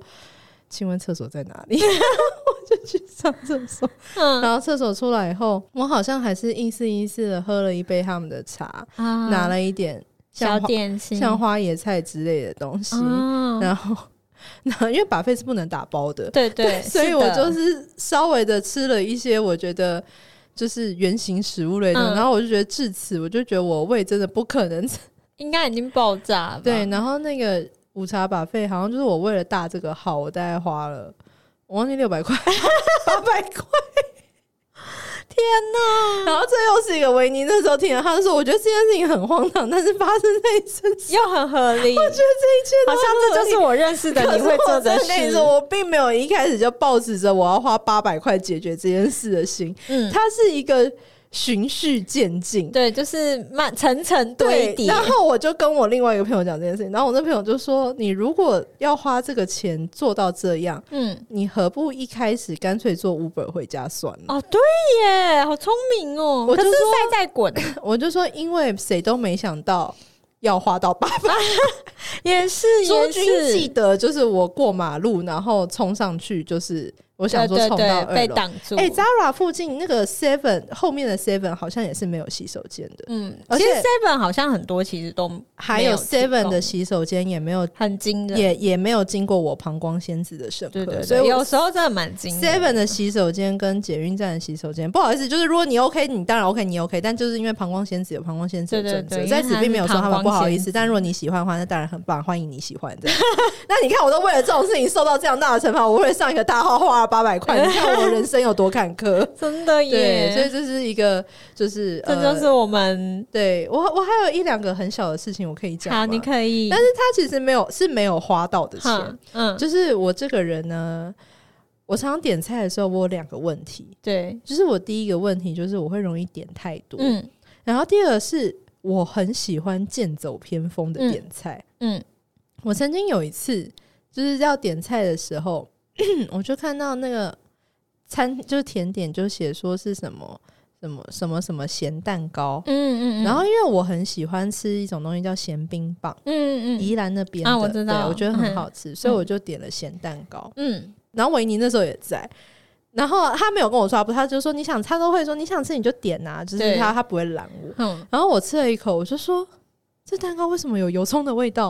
[SPEAKER 1] 请问厕所在哪里？” <laughs> 我就去上厕所。
[SPEAKER 2] 嗯
[SPEAKER 1] 然后厕所出来以后，我好像还是一丝一丝的喝了一杯他们的茶，
[SPEAKER 2] 啊
[SPEAKER 1] 拿了一点
[SPEAKER 2] 小
[SPEAKER 1] 像花
[SPEAKER 2] 点心，
[SPEAKER 1] 像花椰菜之类的东西，
[SPEAKER 2] 啊
[SPEAKER 1] 然后然后因为把费是不能打包的，
[SPEAKER 2] 对
[SPEAKER 1] <laughs>
[SPEAKER 2] 对，
[SPEAKER 1] 所以
[SPEAKER 2] 是
[SPEAKER 1] 我
[SPEAKER 2] 的
[SPEAKER 1] 就是稍微的吃了一些我觉得就是原型食物类的，
[SPEAKER 2] 嗯
[SPEAKER 1] 然后我就觉得至此，我就觉得我胃真的不可能
[SPEAKER 2] 应该已经爆炸了吧，
[SPEAKER 1] 对，然后那个午茶把费好像就是我为了大这个号，我大概花了我忘记六百 <laughs> 块、八百块。天哪！然后这又是一个维尼那时候听了，他就说：“我觉得这件事情很荒唐，但是发生在你身上，
[SPEAKER 2] 又很合理，
[SPEAKER 1] 我觉得这一切都
[SPEAKER 2] 好像这就是我认识的
[SPEAKER 1] 可
[SPEAKER 2] 你
[SPEAKER 1] 是
[SPEAKER 2] 会做
[SPEAKER 1] 我
[SPEAKER 2] 的
[SPEAKER 1] 真跟你
[SPEAKER 2] 事
[SPEAKER 1] 说，，我并没有一开始就抱持着我要花八百块解决这件事的心，
[SPEAKER 2] 嗯，
[SPEAKER 1] 它是一个循序渐进。
[SPEAKER 2] 对，就是慢层层堆
[SPEAKER 1] 对，
[SPEAKER 2] 叠嗯
[SPEAKER 1] 然，后我就跟我另外一个朋友讲这件事情，然后我那朋友就说：“你如果要花这个钱做到这样，
[SPEAKER 2] 嗯，
[SPEAKER 1] 你何不一开始干脆做 Uber 回家算了
[SPEAKER 2] 哦，对耶，好聪明哦，
[SPEAKER 1] 我
[SPEAKER 2] 可
[SPEAKER 1] 就是说
[SPEAKER 2] 赛在
[SPEAKER 1] <laughs>
[SPEAKER 2] 滚？”
[SPEAKER 1] 我就说：“因为谁都没想到要花到八百。
[SPEAKER 2] 也是” <laughs>
[SPEAKER 1] 朱
[SPEAKER 2] 也
[SPEAKER 1] 军
[SPEAKER 2] 是
[SPEAKER 1] 记，得，就是我过马路，然后冲上去，就是我
[SPEAKER 2] 对
[SPEAKER 1] 想说
[SPEAKER 2] 对
[SPEAKER 1] 冲到
[SPEAKER 2] 对，
[SPEAKER 1] 二
[SPEAKER 2] 被
[SPEAKER 1] 楼。
[SPEAKER 2] 挡住，
[SPEAKER 1] 哎、z a r a 附近那个 Seven 后面的 Seven 好像也是没有洗手间的，
[SPEAKER 2] 嗯，
[SPEAKER 1] 而
[SPEAKER 2] 其实
[SPEAKER 1] 且
[SPEAKER 2] Seven 好像很多其实都
[SPEAKER 1] 还
[SPEAKER 2] 没
[SPEAKER 1] 有
[SPEAKER 2] 有提
[SPEAKER 1] Seven 的
[SPEAKER 2] 供
[SPEAKER 1] 洗手间也没有
[SPEAKER 2] 很惊人，
[SPEAKER 1] 也也没有经过我膀胱仙子的审核，
[SPEAKER 2] 对对
[SPEAKER 1] 所以
[SPEAKER 2] 对，有
[SPEAKER 1] 我
[SPEAKER 2] 时候真的蛮惊人
[SPEAKER 1] Seven 的洗手间跟捷运站的洗手间，不好意思，就是如果你 OK，你当然 OK，你 OK，但就是因为膀胱仙子有膀胱仙子的
[SPEAKER 2] 对对
[SPEAKER 1] 准则，
[SPEAKER 2] 对
[SPEAKER 1] 在
[SPEAKER 2] 因为
[SPEAKER 1] 此并没有说他们不
[SPEAKER 2] 它是膀
[SPEAKER 1] 好意
[SPEAKER 2] 胱仙
[SPEAKER 1] 思，
[SPEAKER 2] 子
[SPEAKER 1] 但如果你喜欢的话，那当然很棒，欢迎你喜欢。这样，那你看我都为了这种事情受到这样大的惩罚，我为了上一个大号花了八百块，你看我人生有多坎
[SPEAKER 2] <laughs>
[SPEAKER 1] 坷。
[SPEAKER 2] 真的
[SPEAKER 1] 对，所以
[SPEAKER 2] 耶，
[SPEAKER 1] 这是一个，就是
[SPEAKER 2] 这
[SPEAKER 1] 呃
[SPEAKER 2] 就是我们
[SPEAKER 1] 对我我还有一两个很小的事情我可以讲吗，
[SPEAKER 2] 好，你可以，
[SPEAKER 1] 但是他其实没有是没有花到的钱
[SPEAKER 2] 哼，嗯，
[SPEAKER 1] 就是我这个人呢，我常常点菜的时候，我有两个问题，
[SPEAKER 2] 对，
[SPEAKER 1] 就是我第一个问题就是我会容易点太多，
[SPEAKER 2] 嗯
[SPEAKER 1] 然后第二个是我很喜欢剑走偏锋的点菜。
[SPEAKER 2] 嗯
[SPEAKER 1] 我曾经有一次就是要点菜的时候， <clears throat> 我就看到那个餐就是甜点就写说是什么什么什么什么咸蛋糕，
[SPEAKER 2] 嗯嗯，
[SPEAKER 1] 然后因为我很喜欢吃一种东西叫咸冰棒，
[SPEAKER 2] 嗯嗯嗯
[SPEAKER 1] 宜兰那边的，
[SPEAKER 2] 啊我知道
[SPEAKER 1] 对我觉得很
[SPEAKER 2] 嗯
[SPEAKER 1] 好吃，所以我就点了咸蛋糕。
[SPEAKER 2] 嗯。
[SPEAKER 1] 然后维尼那时候也在，然后他没有跟我说他不，他就说你想，他都会说你想吃你就点呐、就是
[SPEAKER 2] 对
[SPEAKER 1] 他他不会拦我。
[SPEAKER 2] 嗯，
[SPEAKER 1] 然后我吃了一口，我就说这蛋糕为什么有油葱的味道？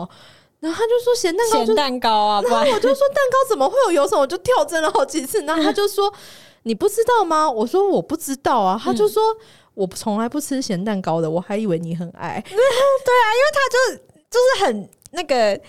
[SPEAKER 1] 然后他就说咸蛋糕
[SPEAKER 2] 咸
[SPEAKER 1] 就，
[SPEAKER 2] 蛋糕啊，不
[SPEAKER 1] 然后
[SPEAKER 2] 然
[SPEAKER 1] 我就说蛋糕怎么会有油葱？我就跳针了好
[SPEAKER 2] <laughs>
[SPEAKER 1] 几次。然后他就说你不知道吗？我说我不知道
[SPEAKER 2] 嗯
[SPEAKER 1] 啊。他就说。我从来不吃咸蛋糕的，我还以为你很爱。
[SPEAKER 2] 他就就是很那个。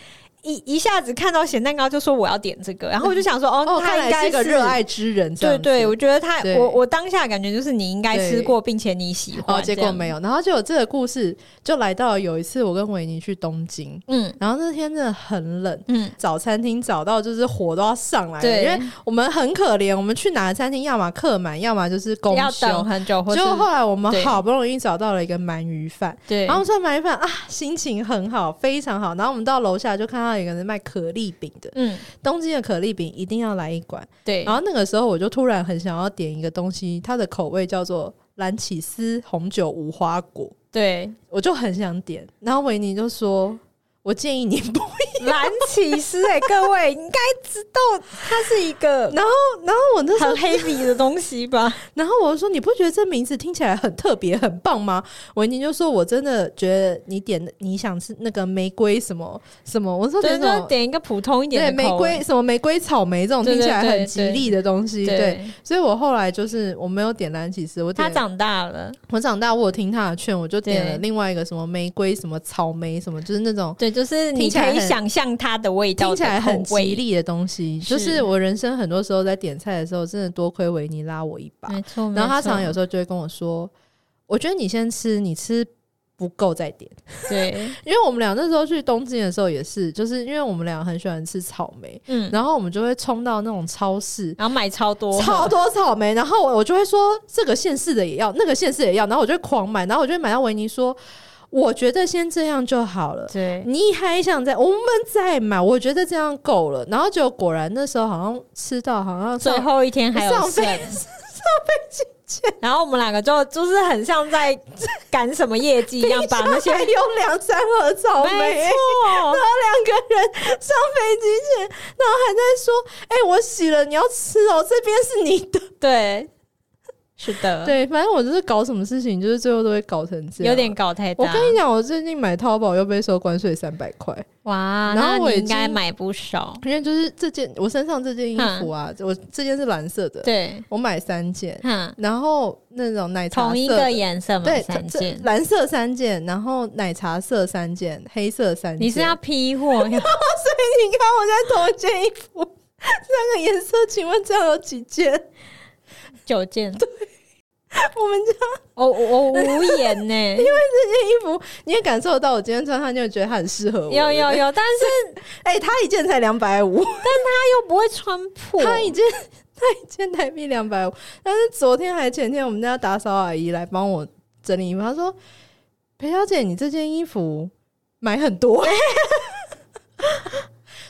[SPEAKER 2] 一一下子看到咸蛋糕就说我要点这个，然后我就想说，哦，
[SPEAKER 1] 哦，
[SPEAKER 2] 他应
[SPEAKER 1] 看来
[SPEAKER 2] 该
[SPEAKER 1] 是一个热爱之人，这
[SPEAKER 2] 对
[SPEAKER 1] 样子
[SPEAKER 2] 对，我觉得他，
[SPEAKER 1] 对
[SPEAKER 2] 我我当下感觉就是你应该吃
[SPEAKER 1] 对
[SPEAKER 2] 过，并且你喜
[SPEAKER 1] 哦，
[SPEAKER 2] 欢，
[SPEAKER 1] 结
[SPEAKER 2] 这
[SPEAKER 1] 果
[SPEAKER 2] 样
[SPEAKER 1] 没有，然后就有这个故事，就来到有一次我跟维尼去东京，
[SPEAKER 2] 嗯
[SPEAKER 1] 然后那天真的很冷，
[SPEAKER 2] 嗯，
[SPEAKER 1] 找餐厅找到就是火都要上来了，
[SPEAKER 2] 对
[SPEAKER 1] 哎因为我们很可怜，我们去哪个餐厅，要么客满，要么就是公
[SPEAKER 2] 要等
[SPEAKER 1] 休。
[SPEAKER 2] 很久，或
[SPEAKER 1] 结
[SPEAKER 2] 是
[SPEAKER 1] 果哦后来我们
[SPEAKER 2] 对
[SPEAKER 1] 好不容易找到了一个鳗鱼饭，
[SPEAKER 2] 对，
[SPEAKER 1] 然后吃完鳗鱼饭啊，心情很好，非常好。然后我们到楼下就看到有个人卖可丽饼的，
[SPEAKER 2] 嗯
[SPEAKER 1] 东京的可丽饼一定要来一碗。
[SPEAKER 2] 对，
[SPEAKER 1] 然后那个时候我就突然很想要点一个东西，它的口味叫做蓝起司红酒无花果，
[SPEAKER 2] 对，
[SPEAKER 1] 我就很想点。然后维尼就说：“我建议你不
[SPEAKER 2] 蓝起司
[SPEAKER 1] <laughs>
[SPEAKER 2] 哎，各位你应该知道它是一 <laughs> 个
[SPEAKER 1] 然后，然后我那时候，
[SPEAKER 2] 很 heavy 的东西吧？
[SPEAKER 1] 然后我就说，你不觉得这名字听起来很特别、很棒吗？维尼就说，我真的觉得你点的你想吃那个玫瑰什么什么，我说
[SPEAKER 2] 对，
[SPEAKER 1] 点什
[SPEAKER 2] 就
[SPEAKER 1] 么？
[SPEAKER 2] 点一个普通一
[SPEAKER 1] 对，
[SPEAKER 2] 点的
[SPEAKER 1] 玫
[SPEAKER 2] 口味
[SPEAKER 1] 瑰什么玫瑰草莓这种听起来
[SPEAKER 2] 对对对
[SPEAKER 1] 很吉利的东西，对。
[SPEAKER 2] 对，
[SPEAKER 1] 所以我后来就是我没有点蓝起司，我
[SPEAKER 2] 他
[SPEAKER 1] 点
[SPEAKER 2] 长大了，
[SPEAKER 1] 我长大我有听他的劝，我就点
[SPEAKER 2] 对
[SPEAKER 1] 了另外一个什么玫瑰什么草莓什么，就是那种
[SPEAKER 2] 对，就是你
[SPEAKER 1] 听起
[SPEAKER 2] 可
[SPEAKER 1] 来
[SPEAKER 2] 以
[SPEAKER 1] 很
[SPEAKER 2] 想象它的味道
[SPEAKER 1] 听
[SPEAKER 2] 的
[SPEAKER 1] 起来很
[SPEAKER 2] 口味
[SPEAKER 1] 吉，利的东西。
[SPEAKER 2] 是
[SPEAKER 1] 就是我人生很多时候在点菜的时候，真的多亏维尼拉我一把。
[SPEAKER 2] 没错。
[SPEAKER 1] 然后他
[SPEAKER 2] 没错
[SPEAKER 1] 常常有时候就会跟我说：“我觉得你先吃，你吃不够再点。
[SPEAKER 2] 对，”
[SPEAKER 1] 因为我们俩那时候去东京的时候也是，就是因为我们俩很喜欢吃草莓，
[SPEAKER 2] <laughs> 嗯，
[SPEAKER 1] 然后我们就会冲到那种超市。
[SPEAKER 2] 然后买超多，
[SPEAKER 1] 超多草莓，然后我我就会说这个县市的也要，那个县市也要，然后我就会狂买，然后我就会买到维尼说，我觉得先这样就好了，
[SPEAKER 2] 对，
[SPEAKER 1] 你还想再我们再买，我觉得这样够了。然后就果然那时候好像吃到好像
[SPEAKER 2] 最
[SPEAKER 1] 上
[SPEAKER 2] 后一天还有
[SPEAKER 1] 上
[SPEAKER 2] 剩，
[SPEAKER 1] 飞
[SPEAKER 2] 然后我们两个就就是很像在赶什么业绩一
[SPEAKER 1] <laughs>
[SPEAKER 2] 样，把那些
[SPEAKER 1] 还有两三盒草莓，
[SPEAKER 2] 没错，
[SPEAKER 1] <laughs> 两个人上飞机前，然后还在说：“哎、我洗了，你要吃哦，这边是你的。
[SPEAKER 2] 对，是”的，，
[SPEAKER 1] 对，反正我就是搞什么事情，就是最后都会搞成这样。
[SPEAKER 2] 有点。搞太
[SPEAKER 1] 我
[SPEAKER 2] 大，
[SPEAKER 1] 跟你讲，我最近买淘宝又被收关税三百块，
[SPEAKER 2] 哇，
[SPEAKER 1] 然后
[SPEAKER 2] 那
[SPEAKER 1] 我
[SPEAKER 2] 你
[SPEAKER 1] 已
[SPEAKER 2] 应该
[SPEAKER 1] 经
[SPEAKER 2] 买不少，
[SPEAKER 1] 因为就是这件我身上这件衣服啊，我这件是蓝色的，
[SPEAKER 2] 对，
[SPEAKER 1] 我买三件，
[SPEAKER 2] 哼，
[SPEAKER 1] 然后那种奶茶色
[SPEAKER 2] 同一
[SPEAKER 1] 的
[SPEAKER 2] 个颜色买
[SPEAKER 1] 对，
[SPEAKER 2] 三
[SPEAKER 1] 这
[SPEAKER 2] 件，
[SPEAKER 1] 蓝色三件，然后奶茶色三件，黑色三件。
[SPEAKER 2] 你是要批货？
[SPEAKER 1] <laughs> 所以你看我在同一件衣服，三个颜色，请问这样有几件？
[SPEAKER 2] 九件，
[SPEAKER 1] 我们家
[SPEAKER 2] 哦我我我无言呢、
[SPEAKER 1] <laughs> 这件衣服，你也感受得到，我今天穿它，你也觉得它很适合我。
[SPEAKER 2] 有有有，但是
[SPEAKER 1] 哎、它一件才两百五，
[SPEAKER 2] 他又不会穿破，
[SPEAKER 1] 它 <laughs> 一件它一件台币两百五。但是昨天还前天，我们家打扫阿姨来帮我整理衣服，她说：“裴小姐，你这件衣服买很 <laughs> 多。”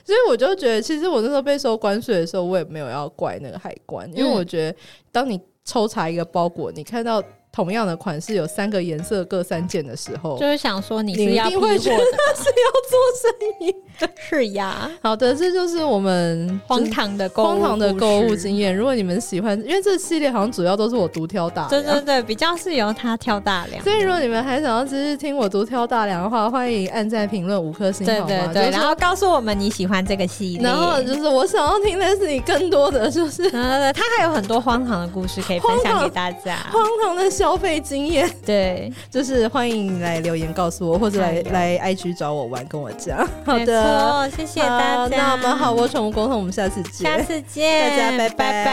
[SPEAKER 1] 所以我就觉得，其实我那时候被收关税的时候，我也没有要怪那个海关，因为
[SPEAKER 2] 嗯
[SPEAKER 1] 我觉得，当你抽查一个包裹，你看到同样的款式有三个颜色各三件的时候，
[SPEAKER 2] 就是想说你
[SPEAKER 1] 你
[SPEAKER 2] 是
[SPEAKER 1] 一
[SPEAKER 2] 要批
[SPEAKER 1] 定
[SPEAKER 2] 货
[SPEAKER 1] 会觉得
[SPEAKER 2] 的，
[SPEAKER 1] 是要做生意。 <laughs>
[SPEAKER 2] 是呀，
[SPEAKER 1] 好的，这就是我们
[SPEAKER 2] 荒唐的购物，
[SPEAKER 1] 荒唐的购物。经验。如果你们喜欢，因为这系列好像主要都是我独挑大
[SPEAKER 2] 对对
[SPEAKER 1] 梁，
[SPEAKER 2] 对，比较是由他挑大梁。
[SPEAKER 1] 所以如果你们还想要继续听我独挑大梁的话，欢迎按赞、评论五颗星，
[SPEAKER 2] 对
[SPEAKER 1] 好
[SPEAKER 2] 对
[SPEAKER 1] 吗？
[SPEAKER 2] 对，
[SPEAKER 1] 就是
[SPEAKER 2] 然后告诉我们你喜欢这个系列，
[SPEAKER 1] 然后就是我想要听 Leslie 更多的就是 <laughs>
[SPEAKER 2] 呃，他还有很多荒唐的故事可以分享给大
[SPEAKER 1] <laughs>
[SPEAKER 2] 家。
[SPEAKER 1] 荒唐的消费经验，
[SPEAKER 2] 对，
[SPEAKER 1] 就是欢迎来留言告诉我，或者来来 IG 找我玩，跟我讲。好
[SPEAKER 2] 没
[SPEAKER 1] 的，
[SPEAKER 2] 错，谢谢大
[SPEAKER 1] 好
[SPEAKER 2] 家。
[SPEAKER 1] 那我们好，我宠物沟通，我们下次见，
[SPEAKER 2] 下次见，
[SPEAKER 1] 大家拜拜
[SPEAKER 2] 拜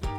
[SPEAKER 2] 拜